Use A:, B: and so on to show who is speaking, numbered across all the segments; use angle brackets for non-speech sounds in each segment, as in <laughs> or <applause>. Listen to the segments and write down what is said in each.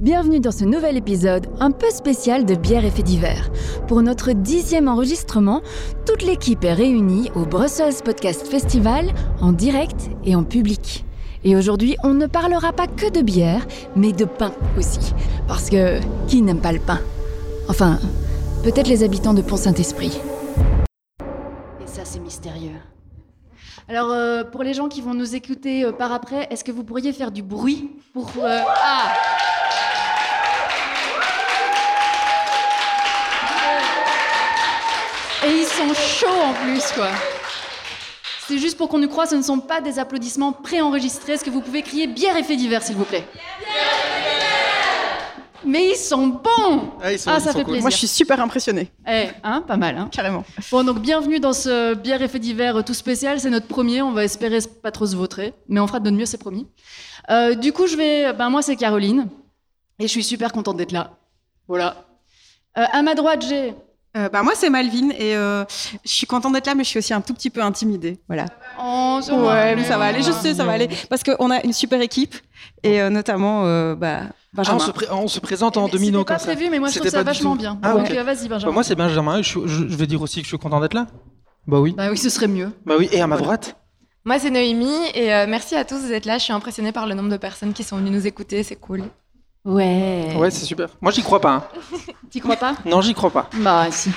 A: Bienvenue dans ce nouvel épisode un peu spécial de Bière et Faits divers. Pour notre dixième enregistrement, toute l'équipe est réunie au Brussels Podcast Festival en direct et en public. Et aujourd'hui, on ne parlera pas que de bière, mais de pain aussi. Parce que qui n'aime pas le pain Enfin, peut-être les habitants de Pont-Saint-Esprit.
B: Et ça, c'est mystérieux. Alors, euh, pour les gens qui vont nous écouter euh, par après, est-ce que vous pourriez faire du bruit pour. euh, ah Et ils sont chauds en plus, quoi. C'est juste pour qu'on nous croit, ce ne sont pas des applaudissements préenregistrés. Est-ce que vous pouvez crier bière et fait divers, s'il vous plaît Mais ils sont bons
C: Ah, ils sont-
B: Ah, ça
C: ils sont
B: fait
C: cool.
B: plaisir.
D: Moi, je suis super impressionnée,
B: Eh, hein, pas mal, hein
D: carrément.
B: Bon, donc bienvenue dans ce bière effet d'hiver euh, tout spécial. C'est notre premier. On va espérer pas trop se vautrer, mais on fera de notre mieux, c'est promis. Euh, du coup, je vais. Ben, moi, c'est Caroline. Et je suis super contente d'être là. Voilà. Euh, à ma droite, j'ai.
D: Euh, bah, moi, c'est Malvine et euh, je suis contente d'être là, mais je suis aussi un tout petit peu intimidée. Voilà.
B: Oh, c'est
D: Ouais,
B: moi.
D: mais ça va aller, je sais, ça va aller. Parce qu'on a une super équipe et euh, notamment euh, bah,
C: Ah, on,
D: Benjamin.
C: se pré- on se présente en
B: C'était
C: deux minutes
B: pas
C: comme ça.
B: prévu, mais moi, je trouve
C: C'était
B: ça
C: pas du
B: vachement
C: tout.
B: bien.
C: Ah,
B: donc,
C: ok.
B: euh, vas-y,
C: Bah,
B: Benjamin.
C: moi, c'est Benjamin. et Je, suis- je- je vais dire aussi que je suis content d'être là. Bah oui.
B: Bah oui, ce serait mieux.
C: Bah oui. Et à ma droite.
E: Moi, c'est Noémie et euh, merci à tous d'être là. Je suis impressionnée par le nombre de personnes qui sont venues nous écouter, c'est cool.
A: Ah,
B: Ouais.
C: Ouais, c'est super. Moi, j'y crois pas. hein.
B: T'y crois pas
C: Non, j'y crois pas.
B: Bah, si.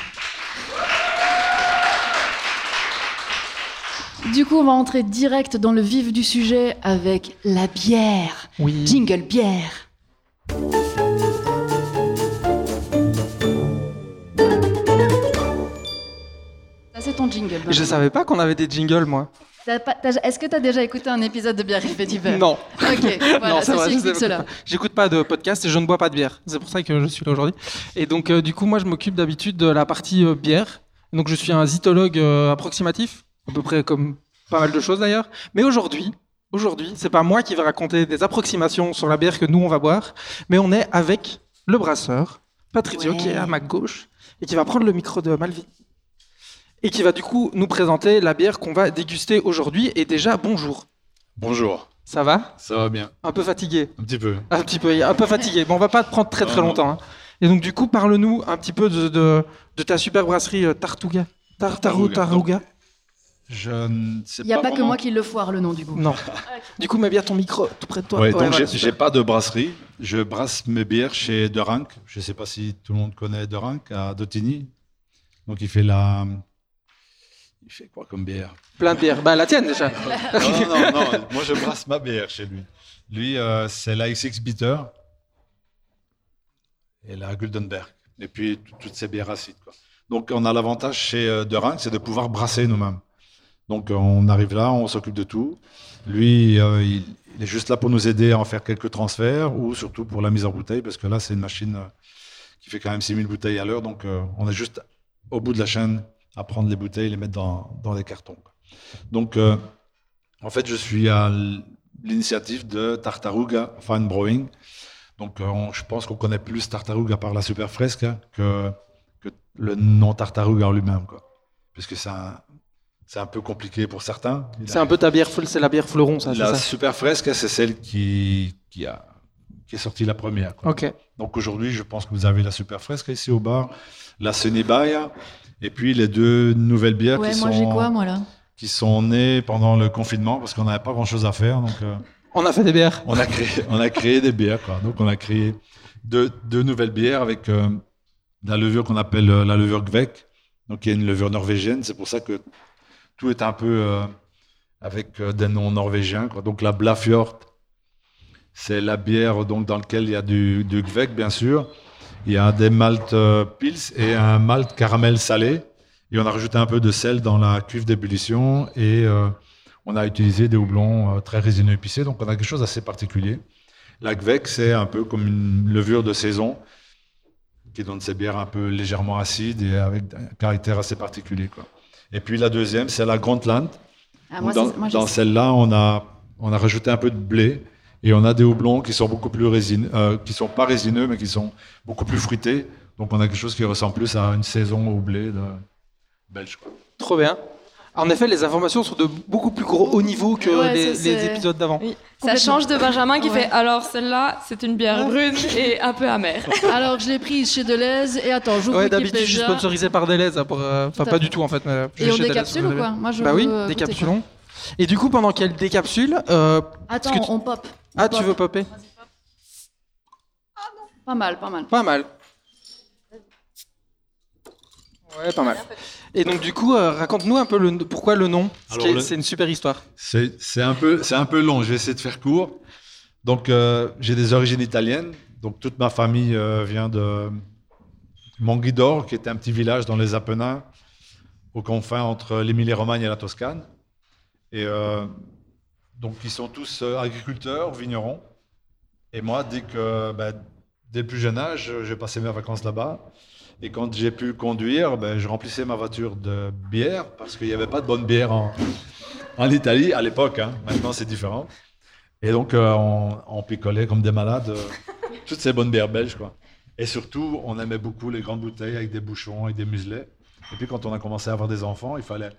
B: Du coup, on va entrer direct dans le vif du sujet avec la bière.
C: Oui.
B: Jingle bière. Ça, c'est ton jingle.
C: Je savais pas qu'on avait des jingles, moi.
B: T'as pas- t'as- Est-ce que tu as déjà écouté un épisode de Bière et Fait d'hiver
C: <laughs> Non.
B: Ok, voilà,
C: non, c'est
B: ceci
C: vrai, je
B: explique
C: savais
B: cela.
C: pas. J'écoute pas de podcast et je ne bois pas de bière. C'est pour ça que je suis là aujourd'hui. Et donc, euh, du coup, moi, je m'occupe d'habitude de la partie euh, bière. Donc, je suis un zytologue euh, approximatif, à peu près comme pas mal de choses d'ailleurs. Mais aujourd'hui, aujourd'hui, c'est pas moi qui vais raconter des approximations sur la bière que nous on va boire, mais on est avec le brasseur Patrizio
B: Ouais.
C: qui est à ma gauche et qui va prendre le micro de Malvi. Et qui va du coup nous présenter la bière qu'on va déguster aujourd'hui. Et déjà, bonjour.
F: Bonjour,
C: Ça va
F: ça va bien,
C: Un peu fatigué
F: un petit peu.
C: un petit peu, un peu fatigué. Bon, on va pas te prendre très très
F: Non, non.
C: longtemps. hein. Et donc du coup, parle-nous un petit peu de, de, de ta super brasserie euh, Tartuga. Tartaro Taruga
F: Tartaruga. Je ne sais
B: Il n'y a pas que
F: vraiment-
B: moi qui le foire, le nom du goût.
C: Non. Du coup, mets bien ton micro tout près de toi.
F: Ouais, donc
C: Ouais, voilà,
F: j'ai-
C: super.
F: j'ai pas de brasserie. Je brasse mes bières chez Derank. Je sais pas si tout le monde connaît Derank à Dotigny. Donc il fait la. Il fait quoi comme bière
C: plein de bières. Bah la tienne déjà.
F: non, non, non, non, moi je brasse ma bière chez lui. Lui, euh, c'est la XX Bitter et la Guldenberg. Et puis t- toutes ces bières acides. quoi. Donc on a l'avantage chez euh, Derain, c'est de pouvoir brasser nous-mêmes. Donc euh, on arrive là, on s'occupe de tout. Lui, euh, il, il est juste là pour nous aider à en faire quelques transferts ou surtout pour la mise en bouteille, parce que là, c'est une machine euh, qui fait quand même 6000 bouteilles à l'heure. Donc euh, on est juste au bout de la chaîne à prendre les bouteilles et les mettre dans, dans les cartons. quoi. Donc. euh, en fait, je suis à l- l'initiative de Tartaruga Fine Brewing. Donc, euh, on- je pense qu'on connaît plus Tartaruga par la super fresque hein, que, que le nom Tartaruga en lui-même. quoi. Parce que c'est un, c'est un peu compliqué pour certains. Il
C: C'est
F: a-
C: un peu ta bière full, c'est la bière fleuron ça. Ah, c'est
F: la
C: ça.
F: super fresque, c'est celle qui, qui, a, qui est sortie la première. quoi.
C: Ok.
F: Donc aujourd'hui, je pense que vous avez la super fresque ici au bar, la Senebaya, et puis les deux nouvelles bières
B: Ouais,
F: qui,
B: moi j'ai
F: sont,
B: quoi, moi là
F: qui sont nées pendant le confinement, parce qu'on n'avait pas grand-chose à faire. Donc, euh,
C: On a fait des bières.
F: on a créé, on a créé des bières, quoi. Donc, on a créé deux, deux nouvelles bières avec euh, la levure qu'on appelle euh, la levure Gvek, donc qui est une levure norvégienne. C'est pour ça que tout est un peu euh, avec euh, des noms norvégiens, quoi. Donc, la Blafjord, c'est la bière donc, dans laquelle il y a du, du Gvek, bien sûr. Il y a des maltes euh, pils et un malt caramel salé. Et on a rajouté un peu de sel dans la cuve d'ébullition et euh, on a utilisé des houblons euh, très résineux épicés, donc on a quelque chose d'assez particulier. La Gvec, c'est un peu comme une levure de saison qui donne ses bières un peu légèrement acides et avec un caractère assez particulier. Quoi. Et puis la deuxième, c'est la Grantland.
B: Ah, moi,
F: dans
B: c'est- moi, je
F: dans
B: sais.
F: celle-là, on a, on a rajouté un peu de blé et on a des houblons qui sont beaucoup plus résineux, euh, qui sont pas résineux, mais qui sont beaucoup plus fruités. Donc on a quelque chose qui ressemble plus à une saison au blé de... belge. quoi.
C: Trop bien. En effet, les informations sont de beaucoup plus gros haut niveau que
E: Ouais,
C: les,
E: ça, c'est-
C: les épisodes d'avant.
E: Ça
B: Complètement.
E: change de Benjamin qui
B: Ouais.
E: fait alors celle-là, c'est une bière brune et un peu amère.
B: <laughs> Alors, je l'ai prise chez Deleuze et attends, j'ouvre
C: Ouais, d'habitude,
B: Wikipédia.
C: je suis sponsorisé par Deleuze. hein, pour, euh, Enfin,
B: Tout à
C: pas
B: fait.
C: du tout, en fait. mais je
B: Et
C: vais
B: on
C: chez Deleuze,
B: décapsule
C: vous
B: ou
C: savez.
B: quoi Moi, je
C: Bah oui,
B: veux, euh, goûter, quoi.
C: décapsulons. Et du coup, pendant qu'elle décapsule, euh,
B: Attends,
C: Parce que tu-
B: on pop.
C: ah,
B: Pop.
C: tu veux popper
B: Pas mal, pas mal.
C: Pas mal. Ouais, pas mal. Et donc, du coup, euh, raconte-nous un peu le, pourquoi le nom. Parce
F: Alors,
C: que
F: le-
C: C'est une super histoire.
F: C'est c'est un, peu- c'est un peu long, je vais essayer de faire court. Donc, euh, j'ai des origines italiennes. Donc, toute ma famille euh, vient de Monghidor, qui est un petit village dans les Apennins, aux confins entre l'Émilie-Romagne et la Toscane. Et euh, donc, ils sont tous euh, agriculteurs, vignerons. Et moi, dès que, ben, dès le plus jeune âge, j'ai passé mes vacances là-bas. Et quand j'ai pu conduire, ben, je remplissais ma voiture de bière parce qu'il n'y avait pas de bonne bière en, en Italie à l'époque. hein. Maintenant, c'est différent. Et donc, euh, on, on picolait comme des malades euh, toutes ces bonnes bières belges. Quoi. Et surtout, on aimait beaucoup les grandes bouteilles avec des bouchons, avec des muselets. Et puis, quand on a commencé à avoir des enfants, il fallait.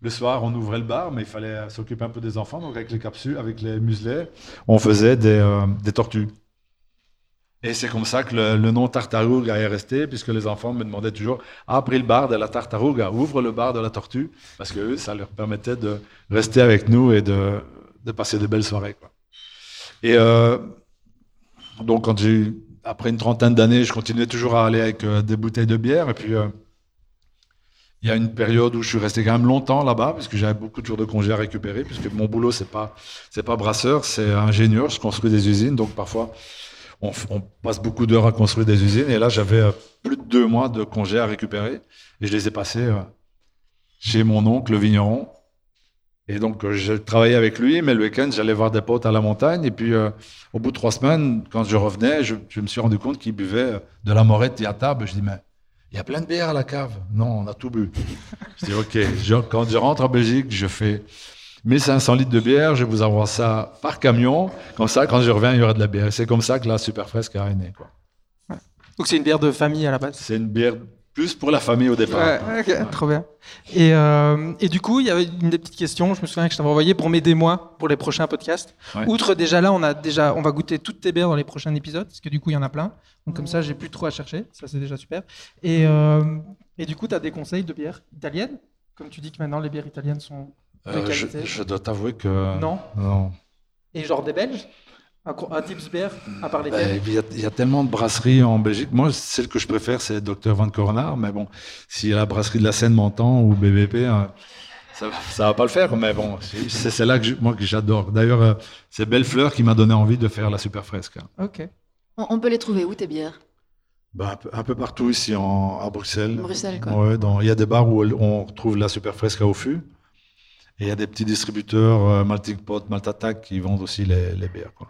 F: Le soir, on ouvrait le bar, mais il fallait euh, s'occuper un peu des enfants. Donc, avec les capsules, avec les muselets, on faisait des, euh, des tortues. Et c'est comme ça que le, le nom Tartaruga est resté, puisque les enfants me demandaient toujours Ah, pris le bar de la Tartaruga, ouvre le bar de la tortue. Parce que eux, ça leur permettait de rester avec nous et de, de passer de belles soirées. quoi. Et euh, donc, quand j'ai eu- après une trentaine d'années, je continuais toujours à aller avec euh, des bouteilles de bière. Et puis, euh, il y a une période où je suis resté quand même longtemps là-bas, puisque j'avais beaucoup de jours de congé à récupérer, puisque mon boulot, c'est pas c'est pas brasseur, c'est ingénieur. Je construis des usines, donc parfois, on, f- on passe beaucoup d'heures à construire des usines. Et là, j'avais euh, plus de deux mois de congé à récupérer, et je les ai passés euh, chez mon oncle, le vigneron. Et donc, euh, je travaillais avec lui, mais le week-end, j'allais voir des potes à la montagne. Et puis, euh, au bout de trois semaines, quand je revenais, je, je me suis rendu compte qu'il buvait euh, de la morette et à table. Je dis, mais il y a plein de bières à la cave. Non, on a tout bu. je dis, OK. Je- quand je rentre en Belgique, je fais 1500 litres de bière. Je vous envoie ça par camion. Comme ça, quand je reviens, il y aura de la bière. C'est comme ça que la super fresque a né. quoi.
C: Donc, c'est une bière de famille à la base.
F: C'est une bière plus pour la famille au départ.
C: Ouais, ok, trop bien. Et, euh, et du coup, il y avait une des petites questions, je me souviens que je t'avais envoyé pour m'aider moi pour les prochains podcasts.
F: Ouais.
C: Outre déjà là, on a déjà, on va goûter toutes tes bières dans les prochains épisodes, parce que du coup, il y en a plein. Donc comme ça, j'ai plus trop à chercher. Ça, c'est déjà super. Et, euh, et du coup, tu as des conseils de bières italiennes Comme tu dis que maintenant, les bières italiennes sont.
F: Euh,
C: de
F: je,
C: qualité.
F: je dois t'avouer que.
C: Non.
F: Non.
C: Et genre des Belges Un, co- un tips bière, à part les
F: Bah,
C: Belges
F: Il y, a- il y a tellement de brasseries en Belgique. Moi, celle que je préfère, c'est Dr. Van Cornard. Mais bon, si la brasserie de la Seine m'entend ou BBP, hein, ça ne va pas le faire. Mais bon, c'est c'est celle-là que je- moi que j'adore. D'ailleurs, euh, c'est Belle Fleur qui m'a donné envie de faire la super fresque. hein.
C: Ok.
B: On, on peut les trouver où tes bières
F: Bah, un, peu, un peu partout ici en, à Bruxelles.
B: Bruxelles, quoi.
F: Ouais, dans- il y a des bars où elle- on retrouve la super fresque à au fût. Et il y a des petits distributeurs, euh, Maltic Pot, Maltatac, qui vendent aussi les, les bières. Quoi.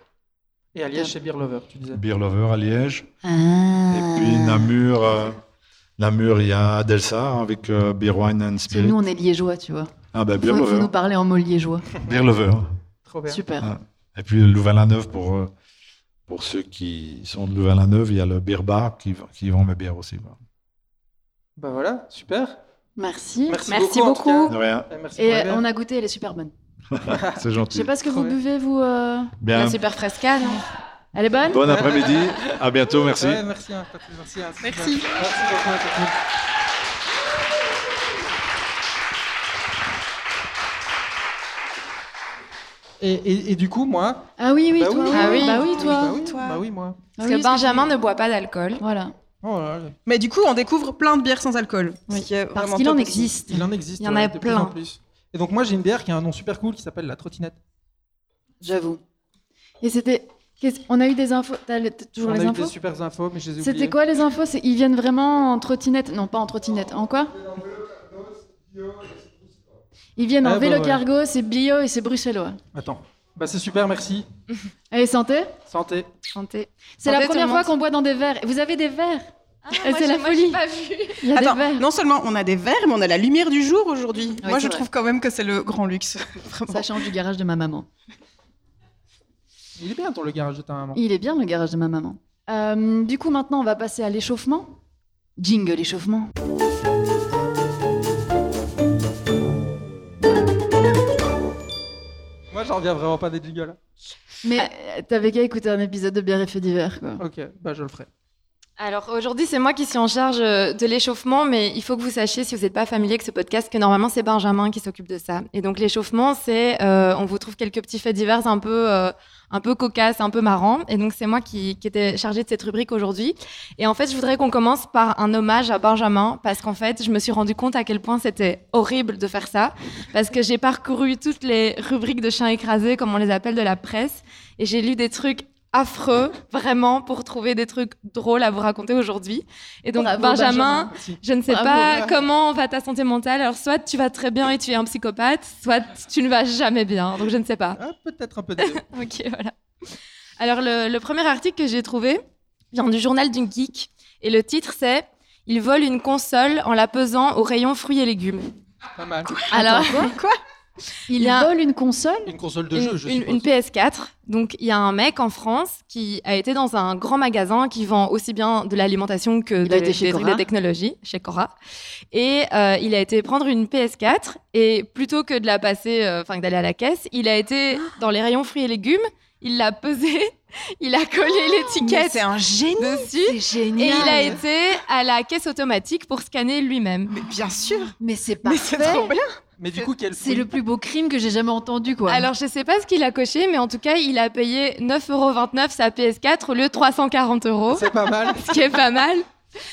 C: Et à Liège, chez Beer Lover, tu disais.
F: Beer Lover à Liège.
A: Ah.
F: Et puis Namur, euh, Namur, il y a Adelsa avec euh, Beer Wine and
B: Parce que
F: Spirit.
B: nous, on est liégeois, tu vois.
F: Ah ben Beer
B: Faut, faut
F: Lover,
C: hein.
B: nous parler en mots liégeois.
F: Beer Lover.
C: Trop bien.
B: Super.
F: Ah. Et puis Louvain-la-Neuve pour euh, pour ceux qui sont de Louvain-la-Neuve, il y a le Beer Bar qui qui vend mes bières aussi. quoi.
C: Bah voilà, super.
B: Merci.
C: Merci,
E: Merci
C: beaucoup. en
E: beaucoup.
C: tout
F: De rien,
C: cas. Et merci
B: Et
C: pour les bières.
B: on a goûté, elle est super bonne.
F: c'est
B: Ah, Je sais
F: gentil.
B: pas ce que
C: Trop
B: vous
C: bien.
B: buvez, vous. euh,
F: Bien,
E: La super hein, fresca, non
A: Ah
B: Elle est bonne
F: bon après-midi, à bientôt, merci.
C: Ouais, merci, hein, Patrice, merci. hein, c'est
E: Merci.
C: super. Merci beaucoup, hein, Patrice. Et, et- et du coup, moi.
B: Ah oui, oui,
C: Bah
B: toi.
C: oui.
B: Ah oui,
E: oui.
B: bah oui,
C: bah
B: toi.
C: oui,
D: toi.
C: bah oui, moi.
B: Ah
E: Parce
B: oui,
E: que Benjamin ne boit pas d'alcool.
B: Voilà.
C: Oh là là,
D: Mais du coup, on découvre plein de bières sans alcool.
B: Oui,
D: ce qui est
B: Parce
D: vraiment
B: qu'il en
D: top.
B: existe.
C: il en existe.
E: Il y en
C: ouais,
E: a
C: de
E: plein.
C: Plus en plus. Et donc, moi, j'ai une bière qui a un nom super cool qui s'appelle la trottinette.
B: J'avoue. Et c'était. qu'est-ce- On a eu des infos. T'as le- t'as toujours
C: On a
B: les
C: eu des
B: infos
C: super infos, mais je les ai oubliées.
B: C'était quoi les infos C'est- Ils viennent vraiment en trottinette Non, pas en trottinette. En quoi Ils viennent
C: Ah,
B: en
C: bah
B: vélo
C: ouais.
B: cargo, c'est bio et c'est bruxellois.
C: Attends. Bah, c'est super, merci.
B: Allez, santé
C: Santé.
E: Chanté.
B: C'est la
E: Santé, tout
B: première
E: le
B: fois
E: monde. Ah,
B: qu'on boit dans des verres. Vous avez des verres
A: Ah,
B: Et
E: moi,
B: c'est la
E: j'ai- moi, j'ai
B: folie.
E: pas vu.
B: Il y a
D: Attends,
B: des verres.
D: non seulement on a des verres, mais on a la lumière du jour aujourd'hui. Moi,
B: c'est
D: je
B: vrai.
D: trouve quand même que c'est le grand luxe. Vraiment.
B: Ça change du garage de ma maman.
C: Il est bien ton le garage de ta maman.
B: Il est bien le garage de ma maman. Euh, du coup, maintenant, on va passer à l'échauffement. Jingle échauffement.
C: Moi, j'en reviens vraiment pas des jingles.
B: Mais
E: Ah.
B: euh, t'avais qu'à écouter un épisode de Bière et Fait d'hiver, quoi.
C: Ok, bah je le ferai.
E: Alors aujourd'hui, c'est moi qui suis en charge euh, de l'échauffement, mais il faut que vous sachiez, si vous n'êtes pas familier avec ce podcast, que normalement c'est Benjamin qui s'occupe de ça. Et donc l'échauffement, c'est euh, on vous trouve quelques petits faits divers un peu euh, un peu cocasses, un peu marrants. Et donc c'est moi qui, qui était chargée de cette rubrique aujourd'hui. Et en fait, je voudrais qu'on commence par un hommage à Benjamin, parce qu'en fait, je me suis rendu compte à quel point c'était horrible de faire ça, parce que j'ai parcouru toutes les rubriques de chiens écrasés, comme on les appelle, de la presse, et j'ai lu des trucs affreux, vraiment, pour trouver des trucs drôles à vous raconter aujourd'hui. Et donc,
B: Bravo,
E: Benjamin, je ne sais
B: Bravo.
E: pas comment va ta santé mentale. Alors, soit tu vas très bien et tu es un psychopathe, soit tu ne vas jamais bien. Donc, je ne sais pas.
C: Ah, peut-être un peu des deux.
E: <laughs> Ok, voilà. Alors, le, le premier article que j'ai trouvé vient du journal d'une geek. Et le titre, c'est Il vole une console en la pesant au rayon fruits et légumes.
C: Pas mal.
B: Ah,
E: Alors,
B: Il
E: y a-
B: vole une console
C: Une console de
E: une,
C: jeu, je
E: une-
C: suppose.
E: une PS4. Donc, il y a un mec en France qui a été dans un grand magasin qui vend aussi bien de l'alimentation que
B: Il a
E: des,
B: été chez
E: des trucs
B: Cora.
E: de technologie, chez Cora. Et euh, il a été prendre une PS4 et plutôt que de la passer, euh, enfin que d'aller à la caisse, il a
B: Ah.
E: été dans les rayons fruits et légumes, il l'a pesé, <laughs> il a collé
B: Oh,
E: l'étiquette
D: C'est un génie.
E: dessus.
B: C'est génial.
E: Et il a été à la caisse automatique pour scanner lui-même.
D: Mais bien sûr.
B: Mais c'est
D: Mais c'est
B: parfait.
D: trop bien.
C: Mais du coup, quel
B: C'est le plus beau crime que j'ai jamais entendu, quoi.
E: Alors, je sais pas ce qu'il a coché, mais en tout cas, il a payé 9,29€ sa PS4 au lieu de 340 euros,
C: C'est pas mal.
E: ce qui est pas mal.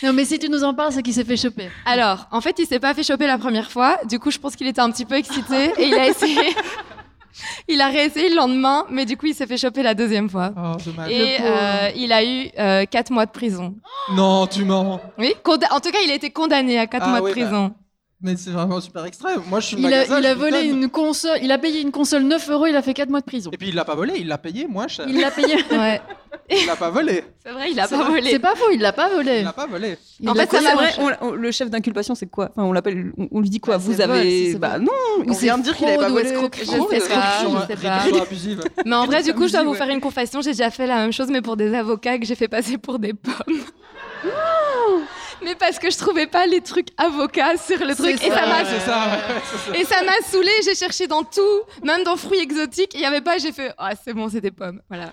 B: Non, mais si tu nous en parles, c'est qu'il s'est fait choper.
E: Alors, en fait, il s'est pas fait choper la première fois. Du coup, je pense qu'il était un petit peu excité et il a essayé. il a réessayé le lendemain, mais du coup, il s'est fait choper la deuxième fois.
C: Oh, dommage.
E: Et
B: pauvre.
E: euh, il a eu 4 mois de prison.
C: Non, tu mens.
E: Oui, conda- en tout cas, il a été condamné à 4
C: Ah
E: mois
C: oui,
E: de prison.
C: Mais c'est vraiment super extrême. Moi, je suis le
B: Il a,
C: magasin,
B: il a
C: je
B: volé
C: donne.
B: une console, il a payé une console 9 euros, il a fait 4 mois de prison.
C: Et puis, il l'a pas volé, il l'a payé, moi, cher.
B: Il l'a payé.
E: Ouais.
C: Il l'a pas volé.
E: C'est vrai, il a
C: C'est
E: pas
C: vrai.
E: volé.
B: C'est pas faux, il l'a pas
C: Il
B: volé.
C: l'a pas volé.
B: Il
D: en
B: l'a
D: fait, ça,
B: volé.
D: c'est vrai. on- on- le chef d'inculpation, c'est quoi Enfin, on l'appelle. On, on lui dit quoi
B: Ah, c'est
D: Vous
B: vol, si
D: avez.
B: c'est
D: bah
B: vol.
D: non. On
B: c'est
D: vient de dire qu'il avait pas
B: fraude
D: volé
B: ou
D: escroquerie.
E: Je sais pas,
C: Réduction,
E: je sais pas.
C: réduction abusive.
E: Mais en vrai, du coup, je dois
D: Samedi,
E: vous
D: ouais.
E: faire une confession. J'ai déjà fait la même chose, mais pour des avocats que j'ai fait passer pour des pommes. Oh mais parce que je trouvais pas les trucs avocats sur le truc.
B: C'est
E: Et ça
B: ça,
E: m'a
C: Ouais, c'est ça, ouais, ouais, c'est ça.
E: Et ça m'a saoulé, j'ai cherché dans tout, même dans fruits exotiques, il n'y avait pas, j'ai fait ah c'est bon, c'est des pommes. Voilà.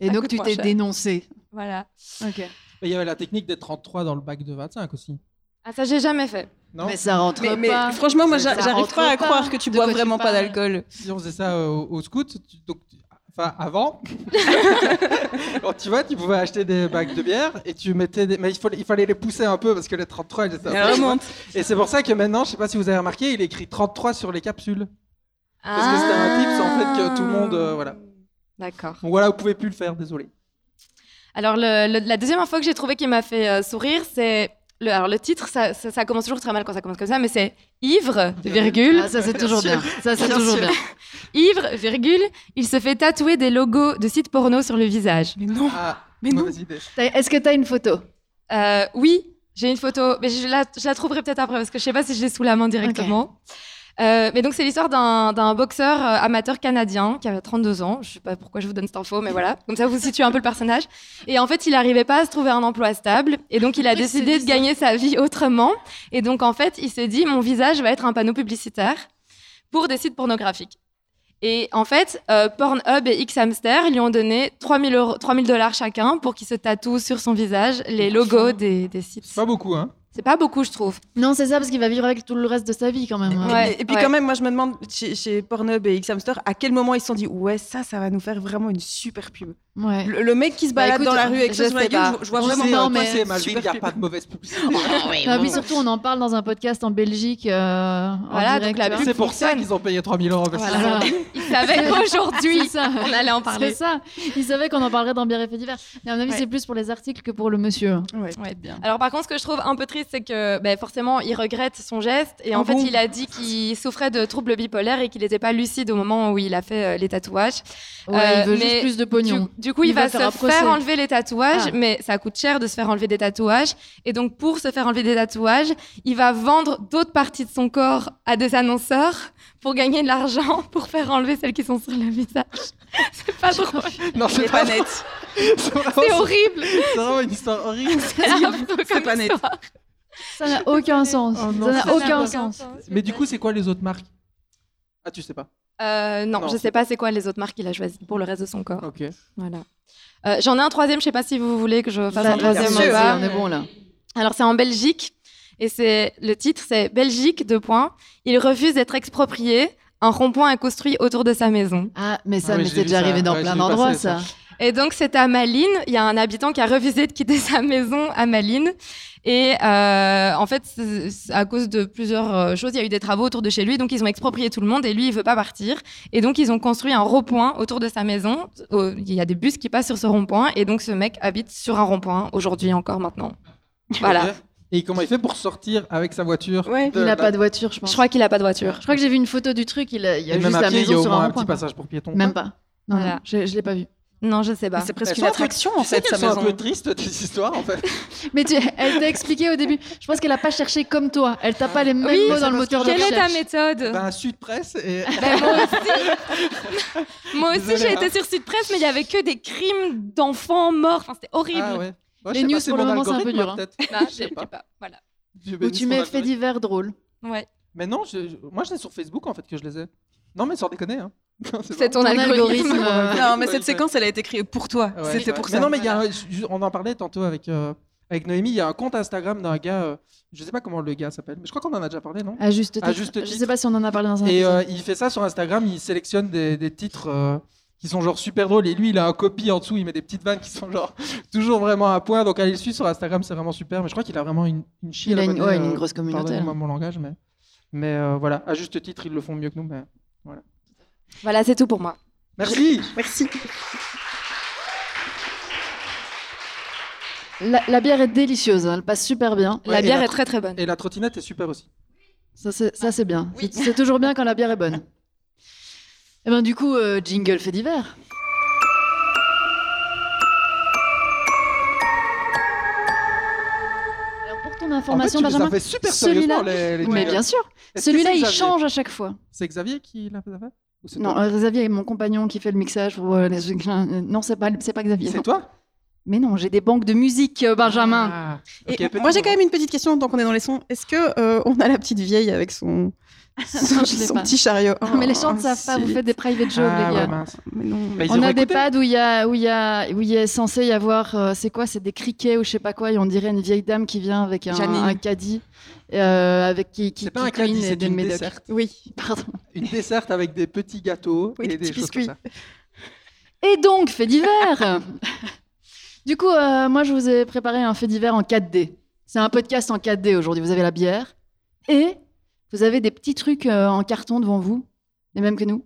B: Et
E: Ça
B: donc
E: coûte
B: tu
E: moins
B: t'es
E: cher.
B: dénoncé.
E: Voilà.
B: Ok.
C: Mais il y avait la technique d'être 33 dans le bac de 25 aussi.
E: Ah ça j'ai jamais fait.
C: Non
B: Mais ça rentre
D: Mais, mais
B: pas.
D: franchement, moi,
B: Ça
D: j'a- j'arrive
B: rentre
D: pas à
B: pas.
D: croire que tu
B: De
D: bois
B: quoi tu
D: vraiment pas
B: parles
D: d'alcool.
C: Si on faisait ça euh, au, au scout, tu- donc, tu- enfin avant, alors, tu vois, tu pouvais acheter des bacs de bière et tu mettais des. Mais il, faut- il fallait les pousser un peu parce que les 33, elles étaient un peu-
D: Elle remonte.
C: Et c'est pour ça que maintenant, je sais pas si vous avez remarqué, il écrit 33 sur les capsules. Parce que c'était un tips en fait que tout le monde. euh, voilà.
E: Ah. D'accord.
C: Donc voilà, vous pouvez plus le faire, désolé.
E: Alors le- le- la deuxième info que j'ai trouvée qui m'a fait euh, sourire, c'est le, alors le titre, ça, ça- ça commence toujours très mal quand ça commence comme ça, mais c'est ivre, virgule,
B: Ah, ça c'est toujours
D: sûr.
B: bien. Ça c'est
D: Bien
B: toujours
D: sûr.
B: bien.
E: ivre, virgule, il se fait tatouer des logos de sites porno sur le visage.
D: Mais non.
C: Ah,
D: Mais non.
C: mauvaise idée.
B: T'as- Est-ce que t'as une photo
E: Euh, oui, j'ai une photo, mais je la, je la trouverai peut-être après parce que je sais pas si je l'ai sous la main directement. Euh, mais donc c'est l'histoire d'un d'un boxeur euh, amateur canadien qui avait 32 ans. Je sais pas pourquoi je vous donne cette info, mais voilà. Comme ça vous situez un peu le personnage. Et en fait, il n'arrivait pas à se trouver un emploi stable, et donc il
B: <laughs>
E: a
B: Oui, c'est
E: décidé de
B: bizarre.
E: gagner sa vie autrement. Et donc en fait, il s'est dit mon visage va être un panneau publicitaire pour des sites pornographiques. Et en fait, euh, Pornhub et Xhamster lui ont donné 3000 euros- 3000 dollars chacun pour qu'il se tatoue sur son visage les logos des, des sites.
C: C'est pas beaucoup, hein.
E: C'est pas beaucoup, je trouve.
B: Non, c'est ça parce qu'il va vivre avec tout le reste de sa vie quand même. hein.
E: Ouais.
D: et, et puis quand même, moi je me demande chez, chez Pornhub et Xhamster à quel moment ils se sont dit ouais ça, ça va nous faire vraiment une super pub.
B: Ouais.
D: Le, le mec qui se
E: Bah,
D: balade
E: écoute,
D: dans la rue avec
E: je
D: ça sur la
E: sais
D: gueule,
E: pas.
D: je- je vois
C: Tu
D: Ah, vraiment
C: sais,
B: non,
C: euh, toi,
B: mais-
C: c'est Malville, il n'y a
D: Super
C: pas de mauvaise publicité.
B: Non, puis surtout, on en parle dans un podcast en Belgique. euh, en
E: Voilà,
B: direct,
E: donc la
B: tu vois.
E: pub-
C: <laughs> c'est pour ça qu'ils ont payé 3000 euros. parce que
E: Voilà. Il <laughs> savait
B: <laughs> C'est
E: qu'aujourd'hui,
B: ça.
E: on allait <laughs> en
B: C'est
E: parler.
B: ça. Il savait qu'on en parlerait dans Bière et Faits divers. Mais à mon avis,
E: Ouais.
B: c'est plus pour les articles que pour le monsieur.
D: Ouais,
E: Ouais.
D: bien.
E: Alors par contre, ce que je trouve un peu triste, c'est que ben, forcément, il regrette son geste. Et en
D: Ah
E: fait,
D: bon
E: il a dit qu'il souffrait de troubles bipolaires et qu'il n'était pas lucide au moment où il a fait euh, les tatouages.
B: Ouais,
E: Euh,
B: il veut
E: mais
B: juste plus de
E: Du,
B: pognon.
E: du coup, il,
B: Il
E: va,
B: va
E: se
B: faire un
E: faire,
B: procès.
E: enlever les tatouages,
B: Ah.
E: mais ça coûte cher de se faire enlever des tatouages. Et donc, pour se faire enlever des tatouages, il va vendre d'autres parties de son corps à des annonceurs pour gagner de l'argent <laughs> pour faire enlever celles qui sont sur le visage. <laughs> C'est pas drôle.
C: Non,
D: C'est
C: c'est
D: pas
C: pas
D: <laughs> net.
C: C'est
E: C'est
C: vraiment-
E: horrible.
C: c'est vraiment une histoire horrible.
E: C'est affreux
D: C'est
E: comme
D: pas net.
E: histoire.
B: Ça n'a aucun sens.
C: Oh non,
B: ça
C: ça
B: n'a
C: n'a
B: aucun sens.
C: Mais du coup, c'est quoi les autres marques Ah, tu sais pas.
E: Euh, non,
C: Non,
E: je
C: c'est
E: sais pas c'est quoi les autres marques qu'il a choisies pour le reste de son corps.
C: Ok.
E: Voilà. Euh, J'en ai un troisième, je sais pas si vous voulez que je fasse
B: Ça,
E: un troisième
B: bien sûr,
E: ou pas.
B: On est bon là.
E: Alors c'est en Belgique et c'est le titre c'est Belgique deux points. Il refuse d'être exproprié. Un rond-point est construit autour de sa maison.
B: Ah, mais ça,
C: Ah oui,
B: mais
C: je l'ai
B: c'est
C: vu,
B: déjà
C: ça.
B: arrivé dans
C: Ouais, je
B: plein
C: l'ai
B: d'endroits,
C: passé,
B: ça.
C: ça.
E: Et donc c'est à Malines. Il y a un habitant qui a refusé de quitter <laughs> sa maison à Malines. Et euh, en fait c'est- c'est à cause de plusieurs euh, choses, il y a eu des travaux autour de chez lui, donc ils ont exproprié tout le monde et lui il veut pas partir. Et donc ils ont construit un rond-point autour de sa maison. Au- Il y a des bus qui passent sur ce rond-point et donc ce mec habite sur un rond-point aujourd'hui encore maintenant. Voilà.
C: Ok. Et comment il fait pour sortir avec sa voiture
D: Ouais,
B: Il n'a pas de voiture, je pense.
E: Je crois qu'il a pas de voiture.
B: Je crois que j'ai vu une photo du truc. Il a, il y a
C: Et
B: juste
C: même à
B: la
C: pied, il y a
B: maison
C: au
B: sur un
C: moins un
B: rond-point,
C: petit
B: quoi.
C: passage pour piétons.
B: Même pas. Non,
E: Voilà.
B: non, je, je l'ai pas vu.
E: Non, je sais pas.
D: C'est presque
C: Elles
D: une
C: sont un peu-
D: attraction en fait,
C: Elles
D: sa
C: sont un
D: maison.
C: peu tristes, tes histoires, en fait.
B: Mais tu- elle t'a expliqué au début. Je pense qu'elle a pas cherché comme toi. Elle t'a pas les mêmes
E: Oui,
B: mots
C: c'est
B: dans le
C: parce
B: moteur de
E: Quelle est ta
B: recherche.
E: méthode
C: Ben, Sud
B: <laughs>
C: Presse et.
E: Ben, moi aussi, <laughs> moi aussi
C: Désolé,
E: j'ai
C: hein.
E: été sur site presse, mais il y avait que des crimes d'enfants morts. Enfin, c'était horrible.
C: Ah ouais. Ouais,
B: Les
C: je sais
B: news,
C: pas, c'est
B: pour le
C: mon
B: moment, c'est un peu
C: algorithme,
B: dur, hein.
C: peut-être.
E: Bah,
C: Je
E: je
C: sais
E: sais
C: pas.
E: pas. Voilà.
C: Je
B: Où
C: bénis
B: tu
C: mon
B: mets fait
C: algorithme.
B: divers drôle.
E: Ouais.
C: Mais non, je- je- moi, je l'ai sur Facebook, en fait, que je les ai. Non, mais sans déconner. Hein. <laughs>
E: C'est ton, algorithme.
B: euh,
D: <laughs> Non, mais
C: Ouais,
D: cette
C: c'est-
D: séquence, elle a été créée pour toi.
C: Ouais.
D: C'était
C: Ouais.
D: pour
C: mais
D: ça.
C: Non, mais il y a un- ju- on en parlait tantôt avec, euh, avec Noémie. Il y a un compte Instagram d'un gars, euh, je sais pas comment le gars s'appelle, mais je crois qu'on en a déjà parlé, non
B: À juste titre.
C: À juste
B: Je
C: titre.
B: sais pas si on en a parlé dans un
C: Et
B: épisode.
C: euh, il fait ça sur Instagram, il sélectionne des, des titres euh, qui sont genre super drôles. Et lui, il a un copie en dessous, il met des petites vannes qui sont genre <laughs> toujours vraiment à point. Donc allez le suivre sur Instagram, c'est vraiment super. Mais je crois qu'il a vraiment une, une chier
B: Il a une,
C: d'abonnés,
B: ouais, une
C: euh,
B: grosse communauté.
C: Pardonnez-moi mon langage, mais, mais euh, voilà, à juste titre, ils le font mieux que nous. Mais...
E: Voilà, c'est tout pour moi.
C: Merci
D: Merci.
B: La, la bière est délicieuse, hein. elle passe super bien.
C: Ouais,
E: la
C: et
E: bière
C: la
E: est très très bonne.
C: Et la trottinette est super aussi.
B: Ça, c'est ça, c'est bien.
E: Oui.
B: C'est- C'est toujours bien quand la bière est bonne. Et ben du coup, euh, jingle fait divers. Alors pour ton information,
C: en fait, tu les
B: Benjamin.
C: as fait super
B: celui-là-
C: sérieusement, les, les
B: Mais
C: jingles.
B: bien sûr.
C: Est-ce que
B: Celui-là,
C: c'est
B: il
C: Xavier
B: change à chaque fois.
C: C'est Xavier qui l'a fait Ou c'est
B: Non,
C: toi
B: euh, Xavier est mon compagnon qui fait le mixage. Pour, euh, les- euh, Non, c'est pas, c'est pas Xavier.
C: C'est toi
B: Mais non, j'ai des banques de musique, euh, Benjamin.
C: Ah,
D: Et
C: ok, petit
D: moi, j'ai quand
C: moment.
D: même une petite question, tant qu'on est dans les sons. Est-ce que euh, on a la petite vieille
B: <laughs>
D: avec son, son,
B: Non, je l'ai
D: son
B: pas.
D: petit chariot
B: Non, mais les gens ne
D: Oh,
B: savent pas, vous
D: si.
B: faites des private jokes,
C: Ah,
B: les gars.
C: ouais, mince.
D: Mais non.
C: Bah, ils
B: on
C: auraient
B: a des
C: écouté.
B: pads où il y a où il y a où il y est censé y avoir euh, c'est quoi c'est des criquets ou je sais pas quoi et on dirait une vieille dame qui vient avec un,
D: Janine.
B: un caddie euh, avec qui qui
C: C'est pas
B: qui
C: un caddie,
B: clean
C: c'est
B: des
C: une
B: médocs.
C: desserte.
B: Oui, pardon.
C: Une desserte avec des petits gâteaux
D: Oui,
C: et
D: des
C: des,
D: petits
C: choses comme
D: biscuits.
C: ça.
B: Et donc fait divers. <laughs> du coup, euh, moi je vous ai préparé un fait divers en 4D. C'est un podcast en 4D aujourd'hui. Vous avez la bière et vous avez des petits trucs euh, en carton devant vous, les mêmes que nous.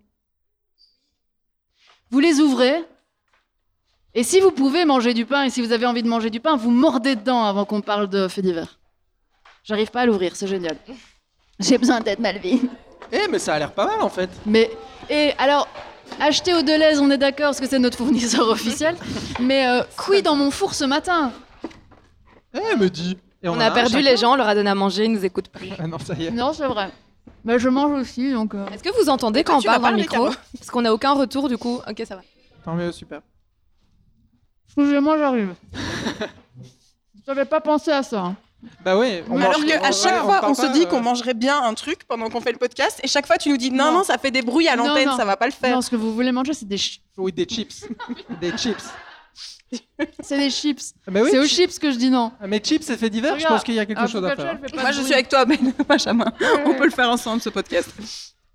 B: Vous les ouvrez. Et si vous pouvez manger du pain et si vous avez envie de manger du pain, vous mordez dedans avant qu'on parle de fait divers. J'arrive pas à l'ouvrir, c'est génial. J'ai besoin d'être malvie.
C: Eh, mais ça a l'air pas mal en fait.
B: Mais et alors acheter au Deleuze, on est d'accord parce que c'est notre fournisseur <laughs> officiel. Mais euh, quid dans mon four ce matin
C: Eh, me dis. Et
E: On,
C: en
E: a,
C: un
E: perdu
C: chacun.
E: les gens, on leur a donné à manger, ils nous écoutent plus.
C: Ah non, ça y est.
B: Non, c'est vrai. Mais je mange aussi donc. euh.
E: Est-ce que vous entendez quand on
D: tu vas
E: parle dans le
D: parler,
E: micro Parce qu'on n'a aucun retour du coup. Ok, ça va.
C: Tant mieux, super.
B: Excusez-moi,
C: <laughs>
B: j'arrive. J'avais pas pensé à ça. hein.
C: Bah ouais. On
D: Alors
C: mange-
D: qu'à
C: on-
D: chaque
C: ouais,
D: fois, on,
C: parle
D: se
C: pas,
D: dit
C: euh,
D: qu'on mangerait bien un truc pendant qu'on fait le podcast, et chaque fois, tu nous dis non,
B: Non.
D: non, ça fait des bruits à
B: Non,
D: l'antenne,
B: non.
D: ça va pas le faire.
B: Non, ce que vous voulez manger, c'est des, chi-
C: Oui, des chips. des chips.
B: c'est des chips.
C: Mais Ah oui.
B: c'est aux
C: chi-
B: chips que je dis non.
C: Mais chips, c'est fait divers. Je
B: Regarde,
C: pense qu'il y a quelque
B: Un
C: chose à
B: focaccia,
C: faire.
B: elle fait pas
D: Moi,
B: de
D: je
B: bruit.
D: suis avec toi, <laughs> Ben- Benjamin. On peut le faire ensemble, ce podcast.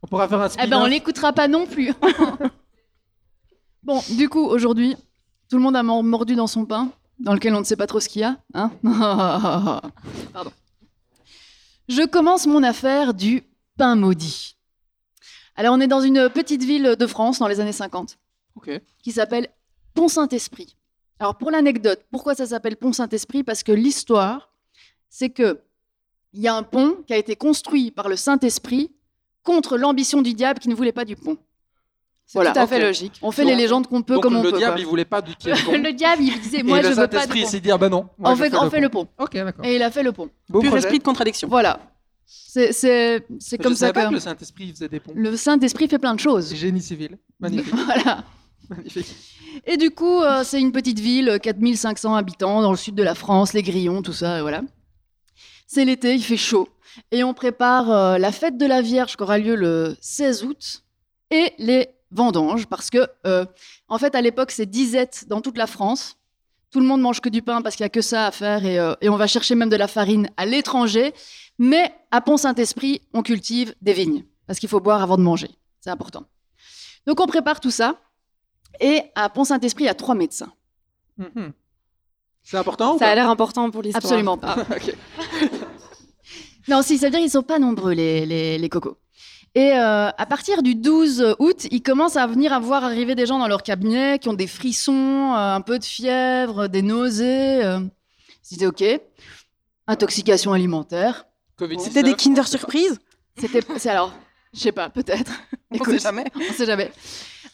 C: On pourra faire un
B: Eh
C: spin
B: ben, on l'écoutera pas non plus. bon, du coup, aujourd'hui, tout le monde a mor- mordu dans son pain, dans lequel on ne sait pas trop ce qu'il y a. Hein <laughs> Pardon. Je commence mon affaire du pain maudit. Alors, on est dans une petite ville de France, dans les années 50,
C: Ok.
B: qui s'appelle Pont-Saint-Esprit. Alors, pour l'anecdote, pourquoi ça s'appelle Pont-Saint-Esprit Parce que l'histoire, c'est que il y a un pont qui a été construit par le Saint-Esprit contre l'ambition du diable qui ne voulait pas du pont.
E: C'est
B: Voilà.
E: tout à fait
B: Ok.
E: logique.
B: On fait
C: Donc-
B: les légendes qu'on peut
C: Donc,
B: comme on
C: le
B: peut.
C: diable,
B: quoi.
C: il voulait pas du pied. con.
B: le diable, il disait
C: Et
B: moi
C: le
B: je veux pas de
C: Saint-Esprit, il
B: pont.
C: s'est dit ah bah non. moi,
B: on
C: je
B: fait,
C: fais
B: on
C: le
B: fait
C: pont.
B: le pont.
C: Ok, d'accord.
B: Et il a fait le pont.
C: Beau
D: Pur
C: projet.
D: esprit de contradiction.
B: Voilà. C'est- C'est c'est
C: Je
B: comme ça
C: savais
B: que
C: pas que le Saint-Esprit faisait des ponts.
B: le Saint-Esprit fait plein de <laughs> choses.
C: Génie civil. Magnifique.
B: Voilà.
C: Magnifique.
B: Et du coup, euh, c'est une petite ville, euh, 4500 habitants, dans le sud de la France, les grillons, tout ça, et voilà. C'est l'été, il fait chaud. Et on prépare euh, la fête de la Vierge qui aura lieu le 16 août et les vendanges, parce que, euh, en fait, à l'époque, c'est disette dans toute la France. Tout le monde mange que du pain parce qu'il n'y a que ça à faire et, euh, et on va chercher même de la farine à l'étranger. Mais à Pont-Saint-Esprit, on cultive des vignes parce qu'il faut boire avant de manger. C'est important. Donc on prépare tout ça et à Pont-Saint-Esprit, il y a trois médecins.
C: Mhm. C'est important ou
E: Ça
C: pas
E: a l'air important pour l'histoire.
B: Absolument pas.
D: Ah,
C: Ok.
B: <laughs> Non, si, ça veut dire qu'ils sont pas nombreux, les, les, les cocos. Et euh, à partir du 12 août, ils commencent à venir à voir arriver des gens dans leur cabinet qui ont des frissons, euh, un peu de fièvre, des nausées. euh. Ils disaient, OK, intoxication alimentaire.
C: Covid-19.
D: C'était des Kinder Surprise
B: C'était, c'est alors, je sais pas, peut-être.
D: On
B: Écoute.
D: sait jamais.
B: on sait jamais.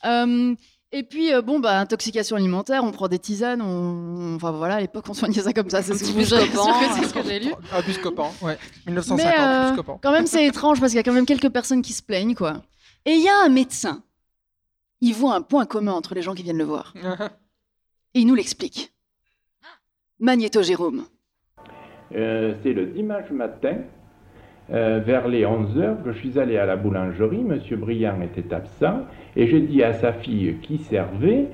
B: Euh, et puis, euh, bon, bah, intoxication alimentaire, on prend des tisanes, on... enfin voilà, à l'époque, on soignait ça comme ça, c'est
E: Un
B: ce
E: petit
B: que
E: bus
B: j'ai-
E: copain.
B: sûr que c'est ce que j'ai lu.
C: Abus Ah, copain, ouais. 1950,
B: Mais, euh,
C: abus copain.
B: Quand même, c'est étrange parce qu'il y a quand même quelques personnes qui se plaignent, quoi. Et il y a un médecin. Il voit un point commun entre les gens qui viennent le voir. Et il nous l'explique. Magnéto Jérôme.
G: Euh, c'est le dimanche matin, euh, vers les 11 heures, que je suis allé à la boulangerie. Monsieur Briand était absent et j'ai dit à sa fille qui servait